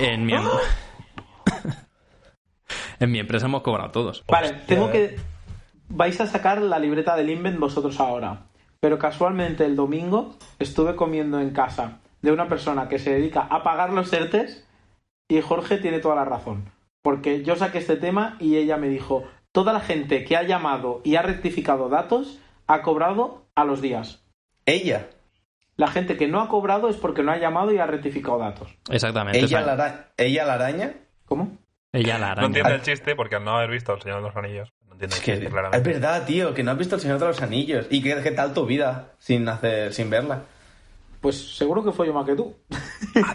en mi em- en mi empresa hemos cobrado todos.
Vale, tengo que. Vais a sacar la libreta del Invent vosotros ahora. Pero casualmente el domingo estuve comiendo en casa de una persona que se dedica a pagar los ERTES y Jorge tiene toda la razón. Porque yo saqué este tema y ella me dijo: toda la gente que ha llamado y ha rectificado datos ha cobrado a los días.
Ella,
La gente que no ha cobrado es porque no ha llamado y ha rectificado datos.
Exactamente. Esa-
ella la, ara- ella la araña.
¿Cómo?
ella la
No
araña.
entiende el chiste porque al no haber visto El Señor de los Anillos, no entiende
Es
el
que
chiste,
es
claramente.
verdad, tío, que no has visto el Señor de los Anillos. ¿Y qué, qué tal tu vida sin hacer, sin verla?
Pues seguro que fue yo más que tú.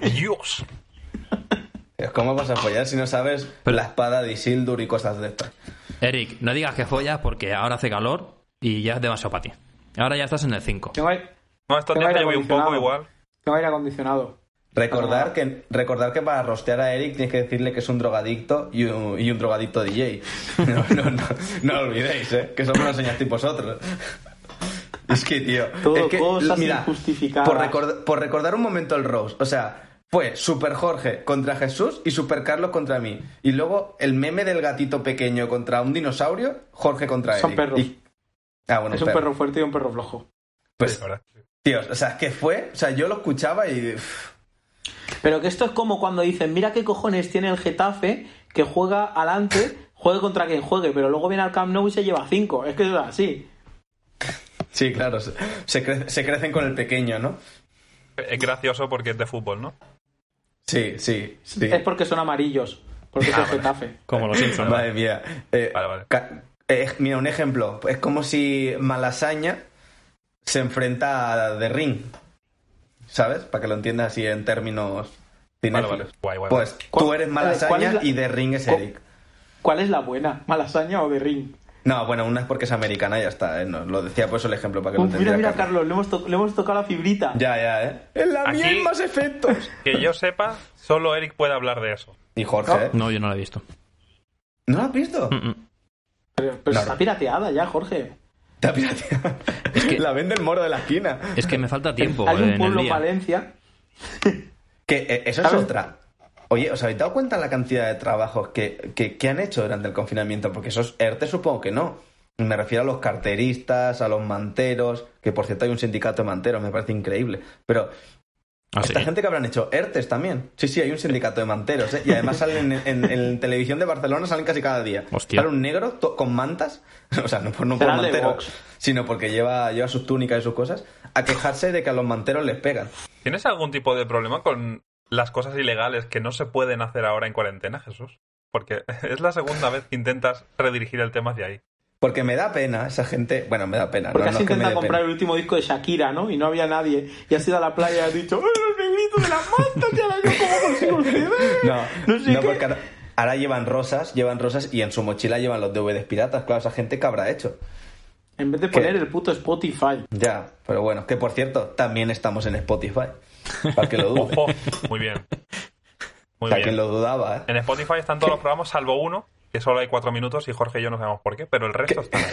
¡Adiós!
Pero ¿Cómo vas a follar si no sabes la espada de Isildur y cosas de estas?
Eric, no digas que follas porque ahora hace calor y ya es demasiado para ti. Ahora ya estás en el 5.
Tengo aire,
No, estos
Tengo
días que
aire
yo voy un poco
acondicionado.
igual.
tengo aire acondicionado.
Recordar que, recordar que para rostear a Eric tienes que decirle que es un drogadicto y un, y un drogadicto DJ. No, no, no, no lo olvidéis, ¿eh? que somos los señores vosotros. Es que, tío.
Todo
es que,
cosas injustificadas.
Por, record- por recordar un momento el Rose, o sea, fue Super Jorge contra Jesús y Super Carlos contra mí. Y luego el meme del gatito pequeño contra un dinosaurio, Jorge contra Eric.
Son perros.
Y- Ah, bueno,
es un perro fuerte y un perro flojo.
Pues,
Sí, la verdad.
tíos, o sea, que fue, o sea, yo lo escuchaba y. uff,
Pero que esto es como cuando dicen, mira qué cojones tiene el Getafe que juega adelante, juegue contra quien juegue, pero luego viene al Camp Nou y se lleva cinco. Es que es así.
Sí, claro, se, se cre- se crecen con el pequeño, ¿no?
Es gracioso porque es de fútbol, ¿no?
Sí, sí, sí. Ah,
Es porque son amarillos, porque es el Getafe.
Como los Simpsons.
Madre mía. Eh,
Vale, vale.
ca- eh, mira, un ejemplo. Es como si Malasaña se enfrenta a The Ring. ¿Sabes? Para que lo entiendas así en términos
Vale,
cinéfilos.
vale. Guay, guay.
Pues tú
¿Cuál- eh,
eres
cuál
Malasaña
es la-
y The Ring es
cu-
Eric.
¿Cuál es la buena? ¿Malasaña o de Ring?
No, bueno, una es porque es americana y ya está. eh, no, lo decía por eso el ejemplo para que
Uh,
lo
mira,
entendiera.
mira, Carlos, le hemos, to- le hemos tocado la fibrita.
Ya, ya, ¿eh? Es la
¿Ah,
Aquí-
mía hay más efectos.
Que yo sepa, solo Eric puede hablar de eso.
Y Jorge, ¿eh?
No, yo no la he visto.
¿No lo has visto?
Mm, mm.
Pero, pero
Claro.
está pirateada ya, Jorge.
Te ha pirateado.
que-
La vende el moro de la esquina.
Es que me falta tiempo
Hay
eh,
un
en el
pueblo en
día.
Valencia.
Que eh, eso es
¿Sabes?
otra. Oye, ¿os habéis dado cuenta la cantidad de trabajos que, que, que han hecho durante el confinamiento? Porque esos ERTE supongo que no. Me refiero a los carteristas, a los manteros, que por cierto hay un sindicato de manteros, me parece increíble. Pero
Ah, sí.
esta gente que habrán hecho ERTES también. Sí, sí, hay un sindicato de manteros. ¿eh? Y además salen en, en- en televisión de Barcelona, salen casi cada día.
Hostia.
Sale un negro to- con mantas, o sea, no por, no por
Será el de
mantero,
Vox.
sino porque lleva, lleva sus túnicas y sus cosas, a quejarse de que a los manteros les pegan.
¿Tienes algún tipo de problema con las cosas ilegales que no se pueden hacer ahora en cuarentena, Jesús? Porque es la segunda vez que intentas redirigir el tema hacia ahí.
Porque me da pena esa gente. Bueno, me da pena.
Porque
no,
has
no es que me
intentado
dé
comprar el
pena.
último disco de Shakira, ¿no? Y no había nadie. Y has ido a la playa y has dicho, ¡Eh, los negritos de las mantas! ¡Ya la cómo consigo ustedes!
No,
no sé
no,
qué.
porque ahora, ahora llevan rosas, llevan rosas y en su mochila llevan los DVDs piratas. Claro, esa gente que habrá hecho.
En vez de
¿Qué?
poner el puto Spotify.
Ya, pero bueno, que por cierto, también estamos en Spotify. Para que lo dude.
Ojo, muy bien. Muy
Para quien
bien.
lo dudaba, ¿eh?
En Spotify están todos los programas salvo uno que solo hay cuatro minutos y Jorge y yo no sabemos por qué, pero el resto está ahí.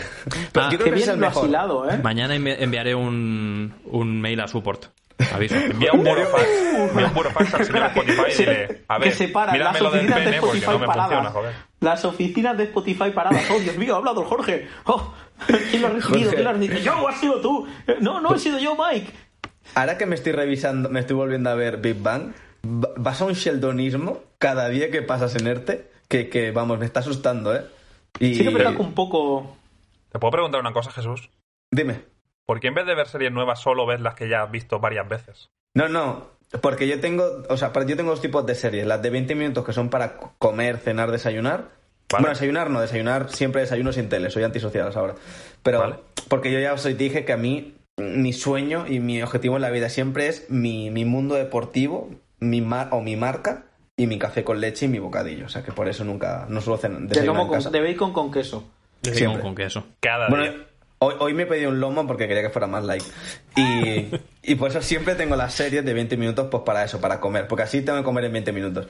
Ah,
yo creo
Qué
que es
bien
el
lo
mejor.
asilado, ¿eh?
Mañana envi- enviaré un, un mail a support. Aviso.
Envía un burofax, envía un burofax al señor Spotify y
Se-
dile, a ver,
que separan
mírame
las
lo del
oficinas de
pene porque
Spotify
no me
paradas.
funciona, joder.
Las oficinas de Spotify paradas. Oh, Dios mío, ha hablado el Jorge. Oh, ¿Quién lo ha recibido? ¿Quién lo ha recibido? Yo, has sido tú. Eh, No, no he sido yo, Mike.
Ahora que me estoy revisando, me estoy volviendo a ver Big Bang, va- vas a un Sheldonismo cada día que pasas en E ERTE, que, que vamos, me está asustando, ¿eh? Y...
Sí que me toca un poco.
¿Te puedo preguntar una cosa, Jesús?
Dime.
¿Por qué en vez de ver series nuevas solo ves las que ya has visto varias veces?
No, no, porque yo tengo, o sea, para- yo tengo dos tipos de series, las de 20 minutos que son para co- comer, cenar, desayunar.
Vale.
Bueno, desayunar no, desayunar siempre desayuno sin tele, soy antisocial ahora. Pero
Vale.
porque yo ya os dije que a mí mm, mi sueño y mi objetivo en la vida siempre es mi, mi mundo deportivo, mi mar o mi marca y mi café con leche y mi bocadillo, o sea, que por eso nunca no suelo cenar
De,
desayunar
lomo
en
con-
casa.
de bacon con queso.
siempre.
con queso.
Cada
Bueno,
día.
hoy, hoy me pedí un lomo porque quería que fuera más light. Y, y por eso siempre tengo las series de 20 minutos pues para eso, para comer. Porque así tengo que comer en 20 minutos.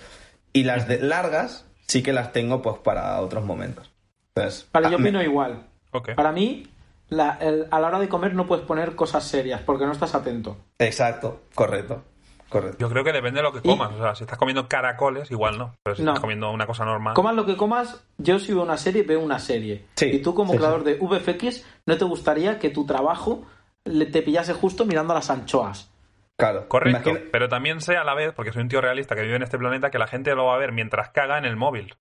Y las de largas sí que las tengo pues para otros momentos. Entonces,
Vale,
ah,
yo
me-
opino igual.
Ok.
Para mí, la- el- a la hora de comer no puedes poner cosas serias porque no estás atento.
Exacto, correcto. Correcto.
Yo creo que depende de lo que comas. O sea, si estás comiendo caracoles, igual no. Pero si
No.
estás comiendo una cosa normal.
Ah. Comas lo que comas, yo si veo una serie, veo una serie.
Sí,
y tú como
sí,
creador de VFX, ¿no te gustaría que tu trabajo le- te pillase justo mirando a las anchoas?
Claro.
Correcto,
Imagina-
pero también sé a la vez, porque soy un tío realista que vive en este planeta, que la gente lo va a ver mientras caga en el móvil.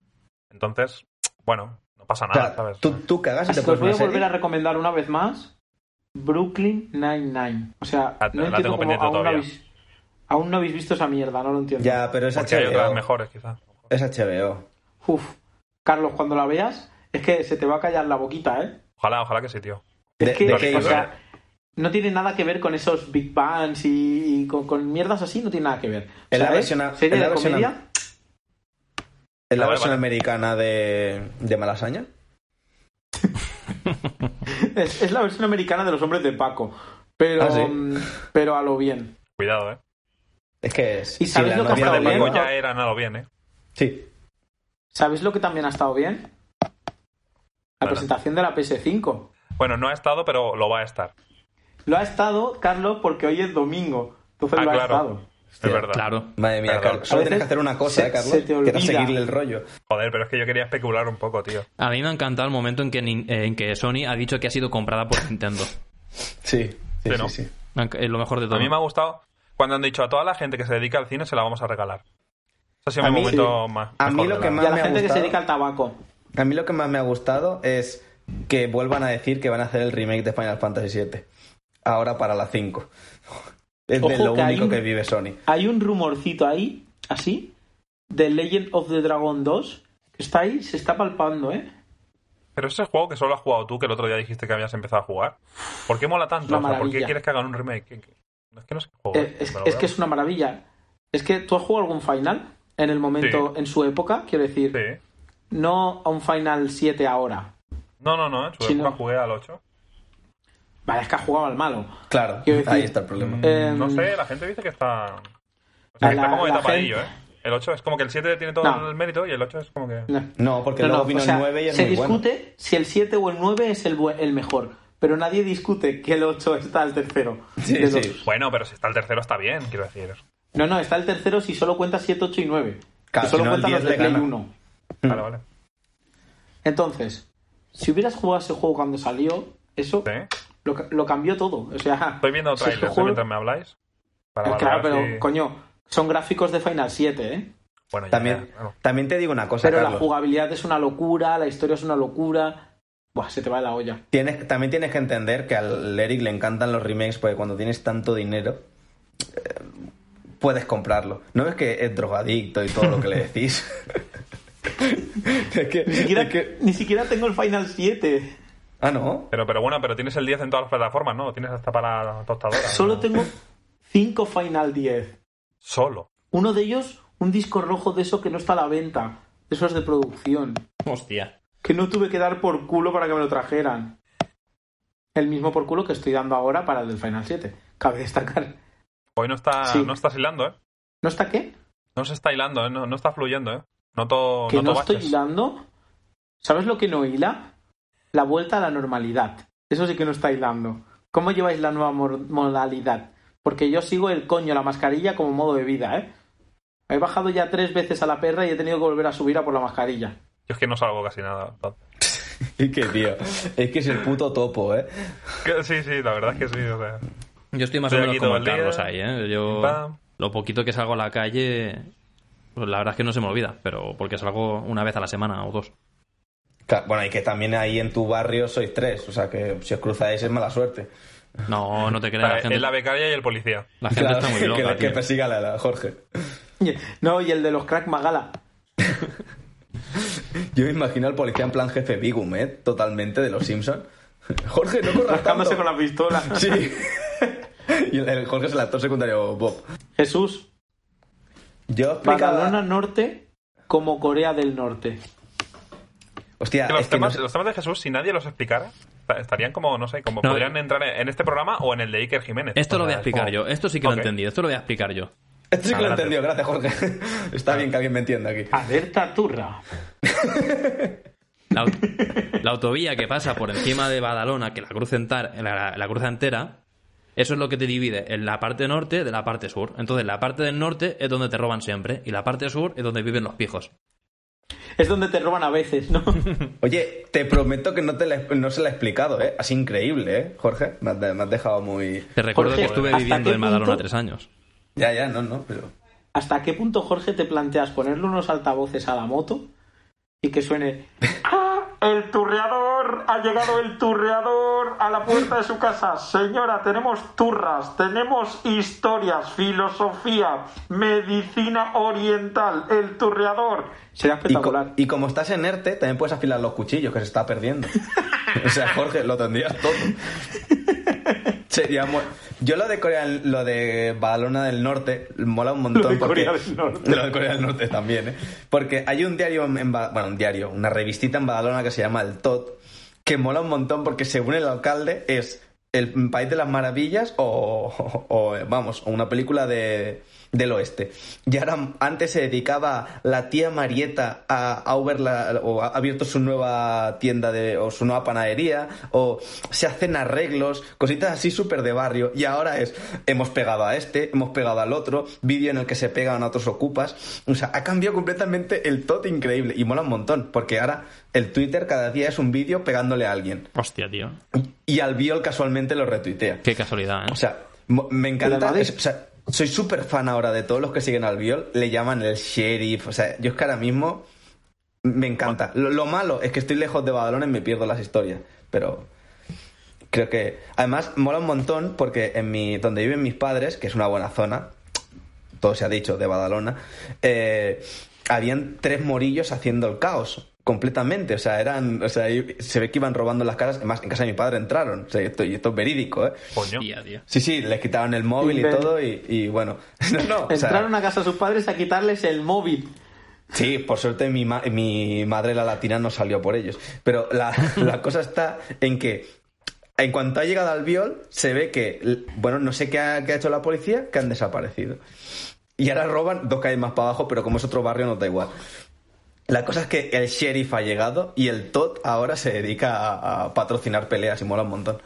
Entonces, bueno, no pasa
o
nada,
sea,
¿sabes?
tú, tú cagas y
Así
te
que os
pones
voy
pues una
a volver
serie.
a recomendar una vez más Brooklyn Nine-Nine. O sea,
Ah,
La-
no
la
entiendo
tengo
cómo
pendiente
aún, no
todavía.
habéis, aún no habéis visto esa mierda, no lo entiendo.
Ya, pero es
Porque hay otras
HBO.
mejores, quizás.
Es HBO.
Uf, Carlos, cuando la veas, es que se te va a callar la boquita, ¿eh?
Ojalá, ojalá que sí, tío.
De-
Es que,
de
qué
o
iba?
sea, no tiene nada que ver con esos Big Bangs y, y con, con mierdas así, no tiene nada que ver. O
En la
sea,
versión a-
es serie
en la
de
versión a-
comedia.
Es la
Vale,
versión
vale.
americana de, de Malasaña.
Es, es la versión americana de los hombres de Paco. Pero,
Ah, sí.
mm, pero a lo bien.
Cuidado, ¿eh?
Es que es.
¿Y
si
sabéis
la
lo que ha
novia
estado
De
de
bien?
Paco
Paco-
ya era nada bien, ¿eh?
Sí.
¿Sabéis lo que también ha estado bien? La
Claro.
presentación de la PS5.
Bueno, no ha estado, pero lo va a estar.
Lo ha estado, Carlos, porque hoy es domingo. Entonces
Pues
Ah,
lo ha
claro.
estado.
es verdad.
Claro.
Madre mía,
Perdón.
Carlos. Solo
A veces
tienes que hacer una cosa,
se-
¿eh, Carlos.
se te
que era
olvida.
seguirle el rollo.
Joder, pero es que yo quería especular un poco, tío.
A mí me ha encantado el momento en que, nin- eh, en que Sony ha dicho que ha sido comprada por Nintendo.
Sí, sí, sí.
¿no?
sí.
Me ha enc- Es lo mejor de todo.
A mí me ha gustado cuando han dicho a toda la gente que se dedica al cine se la vamos a regalar. Eso ha sido
A
mi
mí- eh,
momento más.
A
mejor
mí lo
de
que
la-
más
Y a la
me ha
gente que se
gustado-
dedica al tabaco.
A mí lo que más me ha gustado es que vuelvan a decir que van a hacer el remake de Final Fantasy VII. Ahora para la 5. Es de
Ojo,
lo
que hay
único
un-
que vive Sony.
Hay un rumorcito ahí, así, de Legend of the Dragon 2, que está ahí, se está palpando, ¿eh?
Pero ese juego que solo has jugado tú, que el otro día dijiste que habías empezado a jugar, ¿por qué mola tanto?
Una
O sea, ¿Por qué
maravilla.
quieres que hagan un remake? ¿Qué- qué? Es que no sé qué juego.
Eh, es,
pero
es
bueno.
que es una maravilla. Es que tú has jugado algún final en el momento, en su época, quiero decir,
Sí.
no a un final 7 ahora.
No, no, eh, no. En su
Sí,
época
no.
jugué al 8.
Vale, es que has jugado al malo.
Claro,
Quiero decir-
ahí está el problema.
Eh,
Mm, no sé, la gente dice que está. O sea,
la-
que está como de
la
tapadillo,
gente-
¿eh? El 8 es como que el 7 tiene todo
No.
el mérito y el 8 es como que.
No.
No, porque
No,
luego
no,
vino
o sea,
el 9 y es
se
muy
discute si el 7 o el 9 es el, bue- el mejor, pero nadie discute que el 8 está el tercero.
Sí,
de
sí.
los-
Bueno, pero si está el tercero está bien, quiero decir.
No, no, está el tercero si solo cuenta 7, 8 y 9.
Claro,
que
si
solo
no, el
cuentan los
10
de
le
Play
gana.
1.
Vale, vale.
Entonces, si hubieras jugado ese juego cuando salió, eso
Sí.
lo, ca- lo cambió todo. O sea,
Estoy viendo
si ese
trailers ¿eh?
juego-
mientras me habláis. Para valorar
Claro, pero
si-
coño, son gráficos de Final 7, ¿eh?
Bueno, ya,
También,
ya, claro.
también te digo una cosa,
Pero la
Carlos.
jugabilidad es una locura, la historia es una locura. Buah, se te va de la olla.
Tienes, también tienes que entender que al Eric le encantan los remakes porque cuando tienes tanto dinero eh, puedes comprarlo. ¿No ves que es drogadicto y todo lo que le decís? es que,
Ni siquiera,
es que-
ni siquiera tengo el Final 7.
Ah, no.
Pero, pero bueno, pero tienes el 10 en todas las plataformas, ¿no? Lo Tienes hasta para la tostadora.
Solo
¿no?
tengo 5 Final 10.
Solo.
Uno de ellos, un disco rojo de eso que no está a la venta. De esos de producción.
Hostia.
Que no tuve que dar por culo para que me lo trajeran. El mismo por culo que estoy dando ahora para el del Final 7. Cabe destacar.
Hoy no está,
Sí.
no estás hilando, ¿eh?
¿No está qué?
No se está hilando, ¿eh? No, no está fluyendo, ¿eh? Noto,
Que
noto
no estoy
baches.
hilando. ¿Sabes lo que no hila? La vuelta a la normalidad. Eso sí que no está hilando. ¿Cómo lleváis la nueva mor- modalidad? Porque yo sigo el coño, la mascarilla como modo de vida, ¿eh? He bajado ya tres veces a la perra y he tenido que volver a subir a por la mascarilla.
Yo es que no salgo casi nada. entonces.
Es que, tío, es que es el puto topo, ¿eh?
Que- Sí, sí, la verdad es que sí. o sea.
Yo estoy más
Estoy
o menos
aquí todo
como
el día.
Carlos ahí, ¿eh? Yo,
Pam.
lo poquito que salgo a la calle, pues la verdad es que no se me olvida, pero porque salgo una vez a la semana o dos.
Ca- Bueno, y que también ahí en tu barrio sois tres, o sea que si os cruzáis es mala suerte.
No, no te creas,
Vale,
la gente,
Es la becaria y el policía.
la gente
Claro,
está muy
que,
loca,
que
tío.
persiga la, la Jorge.
No, y el de los crack Magala.
Yo me imagino al policía en plan jefe Bigum, ¿eh? Totalmente de los Simpsons. Jorge, no corras
Rascándose
tanto.
con la pistola.
Sí. y el, el Jorge es el actor secundario Bob.
Jesús,
Yo explicaba...
Badalona Norte como Corea del Norte.
Hostia,
Que los,
es que no
temas,
sé-
los temas de Jesús, si nadie los explicara, esta- estarían como, no sé, como
No,
podrían
eh.
entrar en en este programa o en el de Iker Jiménez.
Esto
O
lo voy a
sea, es
explicar
como-
yo, esto sí que lo
Ok.
he entendido, esto lo voy a explicar yo.
Esto Este sí que lo he
Ah,
entendido, gracias Jorge. Está bien que alguien me entienda aquí.
Alerta turra.
La, aut- la autovía que pasa por encima de Badalona, que la cruza, entar- la, la cruza entera, eso es lo que te divide en la parte norte de la parte sur. Entonces, la parte del norte es donde te roban siempre, y la parte sur es donde viven los pijos.
Es donde te roban a veces, ¿no?
Oye, te prometo que no, te la- no se la he explicado, ¿eh? Así increíble, ¿eh, Jorge? Me has, de- me has dejado muy...
Te recuerdo
Jorge,
que estuve
¿hasta
viviendo
qué
en Badalona
punto?
tres años.
Ya, ya, no, no, pero...
¿Hasta qué punto, Jorge, te planteas ponerle unos altavoces a la moto y que suene ¡Ah! ¡El turreador! ¡Ha llegado el turreador a la puerta de su casa! Señora, tenemos turras, tenemos historias, filosofía, medicina oriental, el turreador. Será
Y, co-
espectacular.
y como estás en ERTE, también puedes afilar los cuchillos que se está perdiendo. o sea, Jorge, lo tendrías todo. Sería mu- Yo lo de Corea, lo de Badalona del Norte, mola un montón.
Lo de
porque-
Corea del Norte.
Lo de Corea del Norte también, ¿eh? Porque hay un diario, en, en Ba- bueno, un diario, una revistita en Badalona que se llama El Tot, que mola un montón porque según el alcalde es el país de las maravillas o, o, o, vamos, o una película de, del oeste. Y ahora antes se dedicaba la tía Marieta a, a ver la- o ha abierto su nueva tienda de, o su nueva panadería o se hacen arreglos, cositas así súper de barrio. Y ahora es, hemos pegado a este, hemos pegado al otro, vídeo en el que se pegan a otros ocupas. O sea, ha cambiado completamente el tot increíble y mola un montón porque ahora el Twitter cada día es un vídeo pegándole a alguien.
Hostia, tío.
Y al viol casualmente lo retuitea.
Qué casualidad, ¿eh?
O sea, mo- me encanta.
La verdad
es-
es-
o sea, soy súper fan ahora de todos los que siguen al viol. Le llaman el sheriff. O sea, yo es que ahora mismo me encanta. Lo, lo malo es que estoy lejos de Badalona y me pierdo las historias. Pero creo que. Además, mola un montón porque en mi, donde viven mis padres, que es una buena zona, todo se ha dicho de Badalona, eh, habían tres morillos haciendo el caos completamente, o sea, eran, o sea, y- se ve que iban robando las casas, además en casa de mi padre entraron, o sea, esto, y esto es verídico, ¿eh?
Coño.
Hostia, tío.
Sí, sí, les quitaron el móvil y
Invent-
todo y, y bueno. No, no, o sea,
Entraron a casa de sus padres a quitarles el móvil.
Sí, por suerte mi, ma- mi madre la latina no salió por ellos. Pero la, la cosa está en que en cuanto ha llegado al viol, se ve que, l- bueno, no sé qué ha, qué ha hecho la policía, que han desaparecido. Y ahora roban dos calles más para abajo, pero como es otro barrio, no da igual. La cosa es que el sheriff ha llegado y el Todd ahora se dedica a, a patrocinar peleas y mola un montón.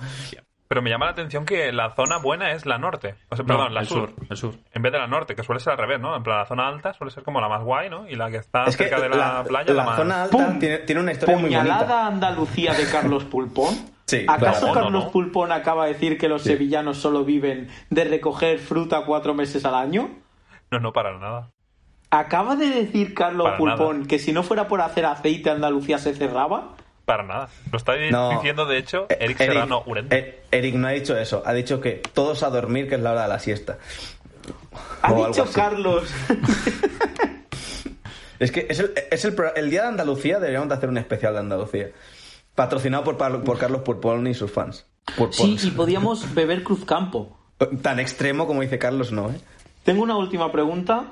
Pero me llama la atención que la zona buena es la norte. O sea, perdón,
No,
la
el
sur.
El sur.
En vez de la norte, que suele ser al revés, ¿no? En plan, la zona alta suele ser como la más guay, ¿no? Y la que está
es que
Ah, cerca de la, playa, la,
la
más...
zona alta
¡Pum!
tiene, tiene una historia muy bonita.
Puñalada a Andalucía de Carlos Pulpón.
Sí,
¿Acaso
claro.
Carlos
No, no.
Pulpón acaba de decir que los sevillanos solo viven de recoger fruta cuatro meses al año?
No, no, para nada.
¿Acaba de decir Carlos
Para
Pulpón
nada.
que si no fuera por hacer aceite Andalucía se cerraba?
Para nada. Lo está di-
No.
diciendo, de hecho,
Eh,
Eric, Serrano Urente.
eh, Eric no ha dicho eso, ha dicho que todos a dormir, que es la hora de la siesta.
Ha
O algo
dicho
así.
Carlos.
Es que es el, es el, pro- el día de Andalucía, deberíamos de hacer un especial de Andalucía. Patrocinado por, Pablo- por Carlos Purpón y sus fans.
Sí,
Purpón.
y podíamos beber Cruzcampo.
Tan extremo como dice Carlos, no, ¿eh?
Tengo una última pregunta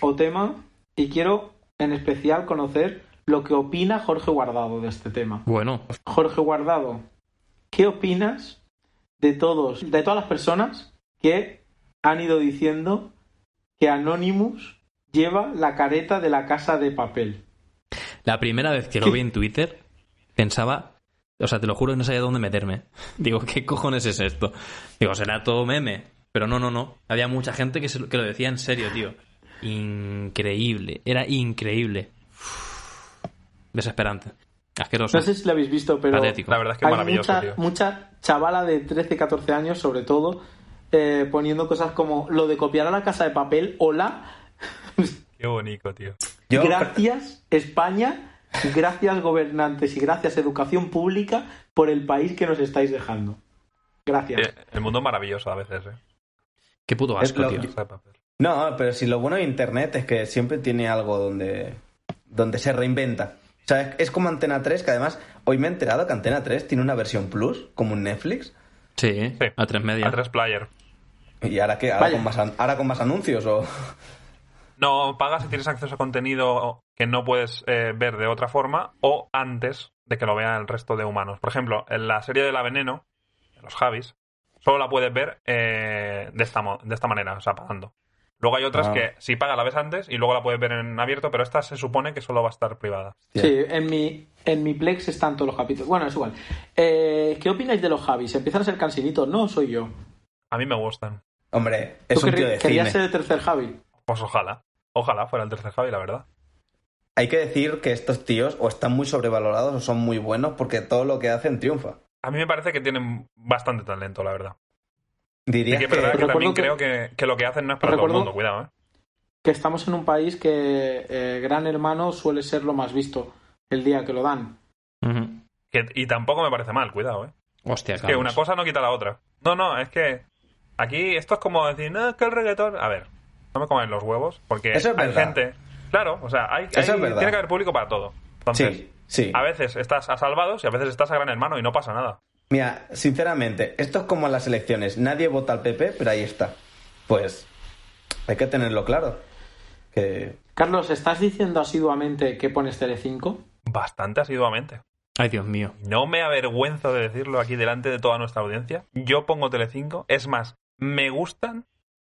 o tema y quiero en especial conocer lo que opina Jorge Guardado de este tema.
Bueno,
Jorge Guardado, ¿qué opinas de todos, de todas las personas que han ido diciendo que Anonymous lleva la careta de la casa de papel?
La primera vez que lo vi en Twitter, pensaba, o sea, te lo juro que no sabía dónde meterme. Digo, ¿qué cojones es esto? Digo, será todo meme. Pero no, no, no. Había mucha gente que, se lo- que lo decía en serio, tío. Increíble. Era increíble. Uf. Desesperante. Asqueroso.
No sé si lo habéis visto, pero
Patético.
La verdad es que es
hay
maravilloso,
mucha,
tío.
mucha chavala de 13, 14 años, sobre todo, eh, poniendo cosas como lo de copiar a la casa de papel, hola,
Qué bonito, tío.
Yo,
gracias España, gracias gobernantes y gracias educación pública por el país que nos estáis dejando. Gracias.
Eh, El mundo es maravilloso a veces, ¿eh?
Qué puto
Es
asco,
lo-
tío.
O sea, papel.
No, pero si lo bueno de Internet es que siempre tiene algo donde, donde se reinventa. O sea, es, es como Antena 3, que además hoy me he enterado que Antena 3 tiene una versión plus, como un Netflix.
Sí, ¿eh?
Sí.
a tres media.
A tres player.
¿Y ahora qué? ¿Ahora,
Vaya.
con más, an- ahora con más anuncios? o
No, pagas si tienes acceso a contenido que no puedes eh, ver de otra forma o antes de que lo vean el resto de humanos. Por ejemplo, en la serie de la Veneno, de los Javis, solo la puedes ver eh, de, esta, mo- de esta manera, o sea, pagando. Luego hay otras
Ah.
que si pagas la ves antes y luego la puedes ver en abierto, pero esta se supone que solo va a estar privada.
Sí, en mi, en mi Plex están todos los capítulos. Bueno, es igual. Eh, ¿Qué opináis de los Javis? ¿Empiezan a ser cansinitos? No, soy yo.
A mí me gustan.
Hombre, es
¿Tú
un
querri-
tío de
querías
cine.
ser el tercer Javi?
Pues ojalá. Ojalá fuera el tercer Javi, la verdad.
Hay que decir que estos tíos o están muy sobrevalorados o son muy buenos porque todo lo que hacen triunfa.
A mí me parece que tienen bastante talento, la verdad. Sí
Dirías
que es
que...
verdad que
Recuerdo
también
que-
creo que, que lo que hacen no es para todo el
Recuerdo-
mundo, cuidado, ¿eh?
Que estamos en un país que eh, Gran Hermano suele ser lo más visto el día que lo dan.
Ujú.
Que- y tampoco me parece mal, cuidado, ¿eh?
Hostia,
Es que
Carlos.
una cosa no quita la otra. No, no, es que aquí esto es como decir, no, es que el reggaetón... A ver, no me comen los huevos, porque
Eso es
hay
verdad.
gente... Claro, o sea, hay,
Eso
hay-
es verdad.
tiene que haber público para todo. Entonces,
Sí, sí.
a veces estás a salvados y a veces estás a gran hermano y no pasa nada.
Mira, sinceramente, esto es como en las elecciones. Nadie vota al PP, pero ahí está. Pues hay que tenerlo claro. Que...
Carlos, ¿estás diciendo asiduamente que pones Telecinco?
Bastante asiduamente.
Ay, Dios mío.
No me avergüenzo de decirlo aquí delante de toda nuestra audiencia. Yo pongo Telecinco. Es más, me gustan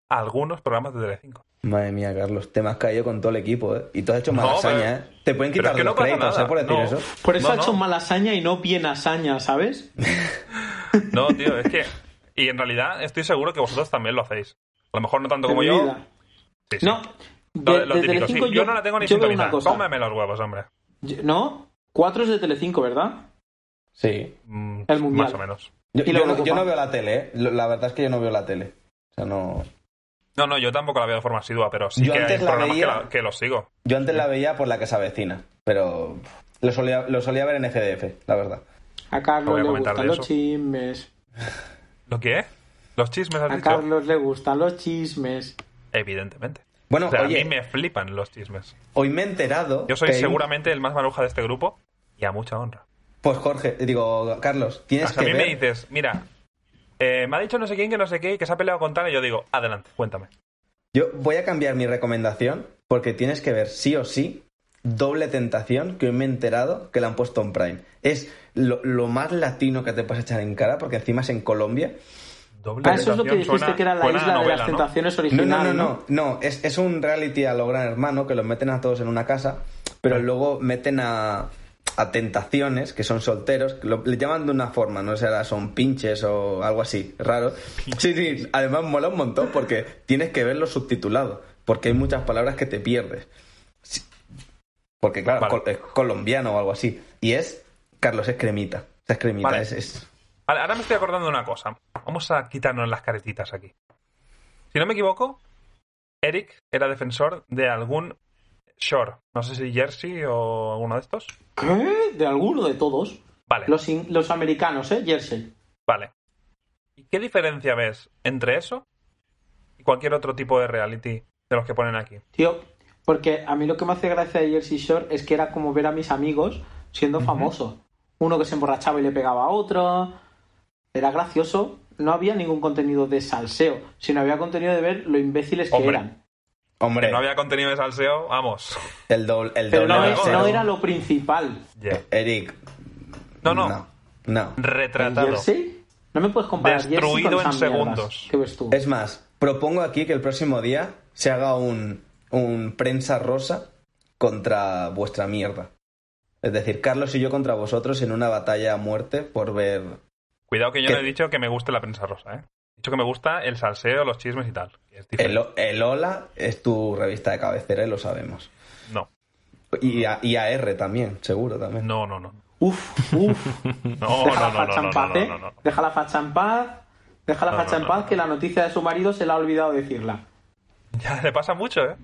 algunos programas de Telecinco.
Madre mía, Carlos, te me has caído con todo el equipo, ¿eh? Y tú has hecho mala
No,
hazaña,
pero-
¿eh? Te pueden
pero
quitar
es que
los
no pasa
créditos,
nada,
¿eh? Por decir
no.
eso.
Por eso
No,
ha hecho
no.
mala hazaña y no bien hazaña, ¿sabes?
No, tío, es que... Y en realidad estoy seguro que vosotros también lo hacéis. A lo mejor no tanto como
De mi
yo.
vida.
Sí, sí.
No,
Lo-
de,
lo
de
típico, sí.
Telecinco
yo, no la tengo ni
yo veo
sintonizada.
una cosa.
Cómeme los huevos, hombre.
Yo- No, cuatro es de Telecinco, ¿verdad?
Sí.
Mm,
El Mundial.
Más o menos.
Yo,
Y luego
yo no,
la
yo
Copa.
no veo la tele, ¿eh? Lo- La verdad es que yo no veo la tele. O sea, no...
No, no, yo tampoco la veo de forma asidua, pero sí
Yo
que hay
antes la
programas que,
veía.
la- que los sigo.
Yo antes la veía por la que se avecina, pero lo solía, lo solía ver en FDF, la verdad.
A
No voy a
Carlos le
comentar de
gustan los
eso.
chismes.
¿Lo qué? ¿Los chismes has
A
dicho?
Carlos le gustan los chismes.
Evidentemente.
Bueno,
O sea,
oye,
a mí me flipan los chismes.
hoy me he enterado...
Yo soy
que hay un-
seguramente el más maruja de este grupo y a mucha honra.
Pues Jorge, digo, Carlos,
O
tienes
sea, a
que
mí
ver...
me dices, mira, eh, me ha dicho no sé quién que no sé qué y que se ha peleado con tal y yo digo, adelante, cuéntame.
Yo voy a cambiar mi recomendación porque tienes que ver sí o sí Doble Tentación, que hoy me he enterado que la han puesto en Prime. Es lo, lo más latino que te puedes echar en cara porque encima es en Colombia.
Doble
Ah, eso es lo que
tentación
dijiste
suena-
que era la
suena a
isla de
novela,
las
¿no?
tentaciones
No,
originales.
no, no, no, no, es, es un reality a lo gran hermano que los meten a todos en una casa, pero luego meten a, a tentaciones que son solteros, que lo- le llaman de una forma, no sé, ahora son pinches o algo así, raro. Sí, sí, además mola un montón porque tienes que verlo subtitulado, porque hay muchas palabras que te pierdes. Sí, Porque claro,
Vale.
col- es colombiano o algo así. Y es, Carlos, es cremita, o sea, es cremita,
Vale.
es, es-
Ahora, ahora me estoy acordando de una cosa. Vamos a quitarnos las caretitas aquí. Si no me equivoco, Eric era defensor de algún Shore. No sé si Jersey o alguno de estos.
¿Qué? De alguno de todos.
Vale,
Los, in- los americanos, ¿eh? Jersey.
vale. ¿Y qué diferencia ves entre eso y cualquier otro tipo de reality de los que ponen aquí?
Tío, porque a mí lo que me hace gracia de Jersey Shore es que era como ver a mis amigos siendo famosos. Uno que se emborrachaba y le pegaba a otro. Era gracioso. No había ningún contenido de salseo, sino había contenido de ver lo imbéciles que
Hombre.
eran.
Hombre,
Eh.
Que no había contenido de salseo, vamos.
el doble... El
Pero
doble
no,
de
es-
algo,
rasero.
no
¿no?
era lo principal.
Ya.
Eric.
No, no,
No. no.
¿El
Retratado.
Jersey? No me puedes comparar Jersey con
Destruido en
esas mierdas.
segundos.
¿Qué ves tú?
Es más, propongo aquí que el próximo día se haga un, un prensa rosa contra vuestra mierda. Es decir, Carlos y yo contra vosotros en una batalla a muerte por ver.
Cuidado que yo
¿Qué?
no he dicho que me guste la prensa rosa, ¿eh? He dicho que me gusta el salseo, los chismes y tal. que es
El,
diferente.
O- el Ola es tu revista de cabecera y lo sabemos.
No,
Y, a, y AR también, seguro también.
no, no, no.
Uf, uf.
No,
deja
Oh, no,
la
no,
facha
no, no,
en paz,
no,
¿eh?
no, no.
Deja la facha en paz. Deja la
No,
facha
no,
en
no,
paz
no.
que la noticia de su marido se la ha olvidado decirla.
Ya le pasa mucho, ¿eh?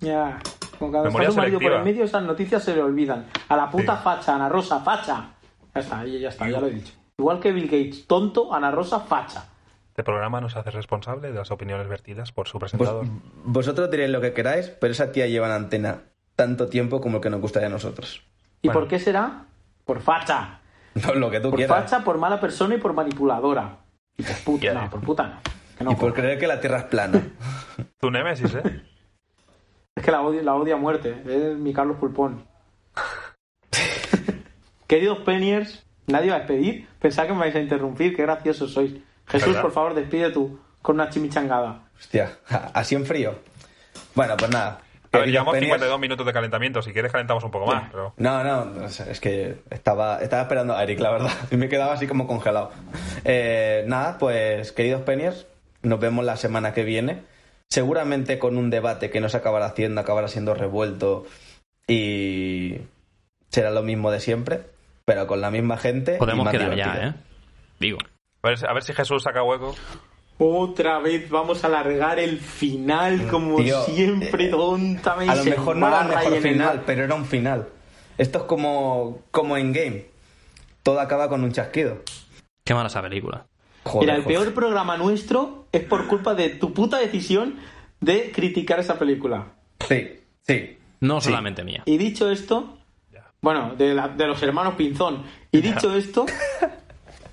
Ya. Con cada
Memoria
está su marido por
selectiva.
el medio, esas noticias se le olvidan. A la puta
Sí.
facha, Ana Rosa, facha. Ya está, ya ya está, ya lo he dicho. Igual que Bill Gates, tonto, Ana Rosa, facha.
Este programa nos hace responsable de las opiniones vertidas por su
Vos-
presentador.
vosotros diréis lo que queráis, pero esa tía lleva en antena tanto tiempo como el que nos gustaría a nosotros.
¿Y
Bueno.
por qué será? Por facha.
No, lo que tú
Por
quieras.
facha, por mala persona y por manipuladora. Y por puta,
Ya,
no,
ya.
por puta no. Que no
Y por
jodas.
creer que la Tierra es plana.
Tu némesis, ¿eh?
Es que la odio, la odio a muerte. Es mi Carlos Pulpón. Queridos Peniers, nadie va a despedir. Pensad que me vais a interrumpir. Qué graciosos sois. Jesús,
¿Verdad?
por favor, despide tú con una chimichangada.
Hostia, así en frío. Bueno, pues nada.
A ver,
Queridos
llevamos
peniers-
52 minutos de calentamiento. Si quieres, calentamos un poco más. Pero...
No, no, es que estaba, estaba esperando a Eric, la verdad. Y me quedaba así como congelado. Eh, nada, pues queridos Peniers, nos vemos la semana que viene. Seguramente con un debate que no se acabará haciendo, acabará siendo revuelto y será lo mismo de siempre, pero con la misma gente. y
Podemos
más
quedar ya,
divertido.
¿eh? Digo.
A, ver, a ver si Jesús saca hueco.
Otra vez vamos a alargar el final como
Mm, Tío,
siempre,
eh,
tontamente.
A lo
se
mejor no era el
embarra y
mejor
en el-
final, pero era un final. Esto es como, como en game. Todo acaba con un chasquido.
Qué mala esa película.
Joder,
Mira, el
joder.
peor programa nuestro es por culpa de tu puta decisión de criticar esa película.
Sí, sí.
No solamente mía.
Y dicho esto, bueno, de, la- de los hermanos Pinzón. Y dicho esto,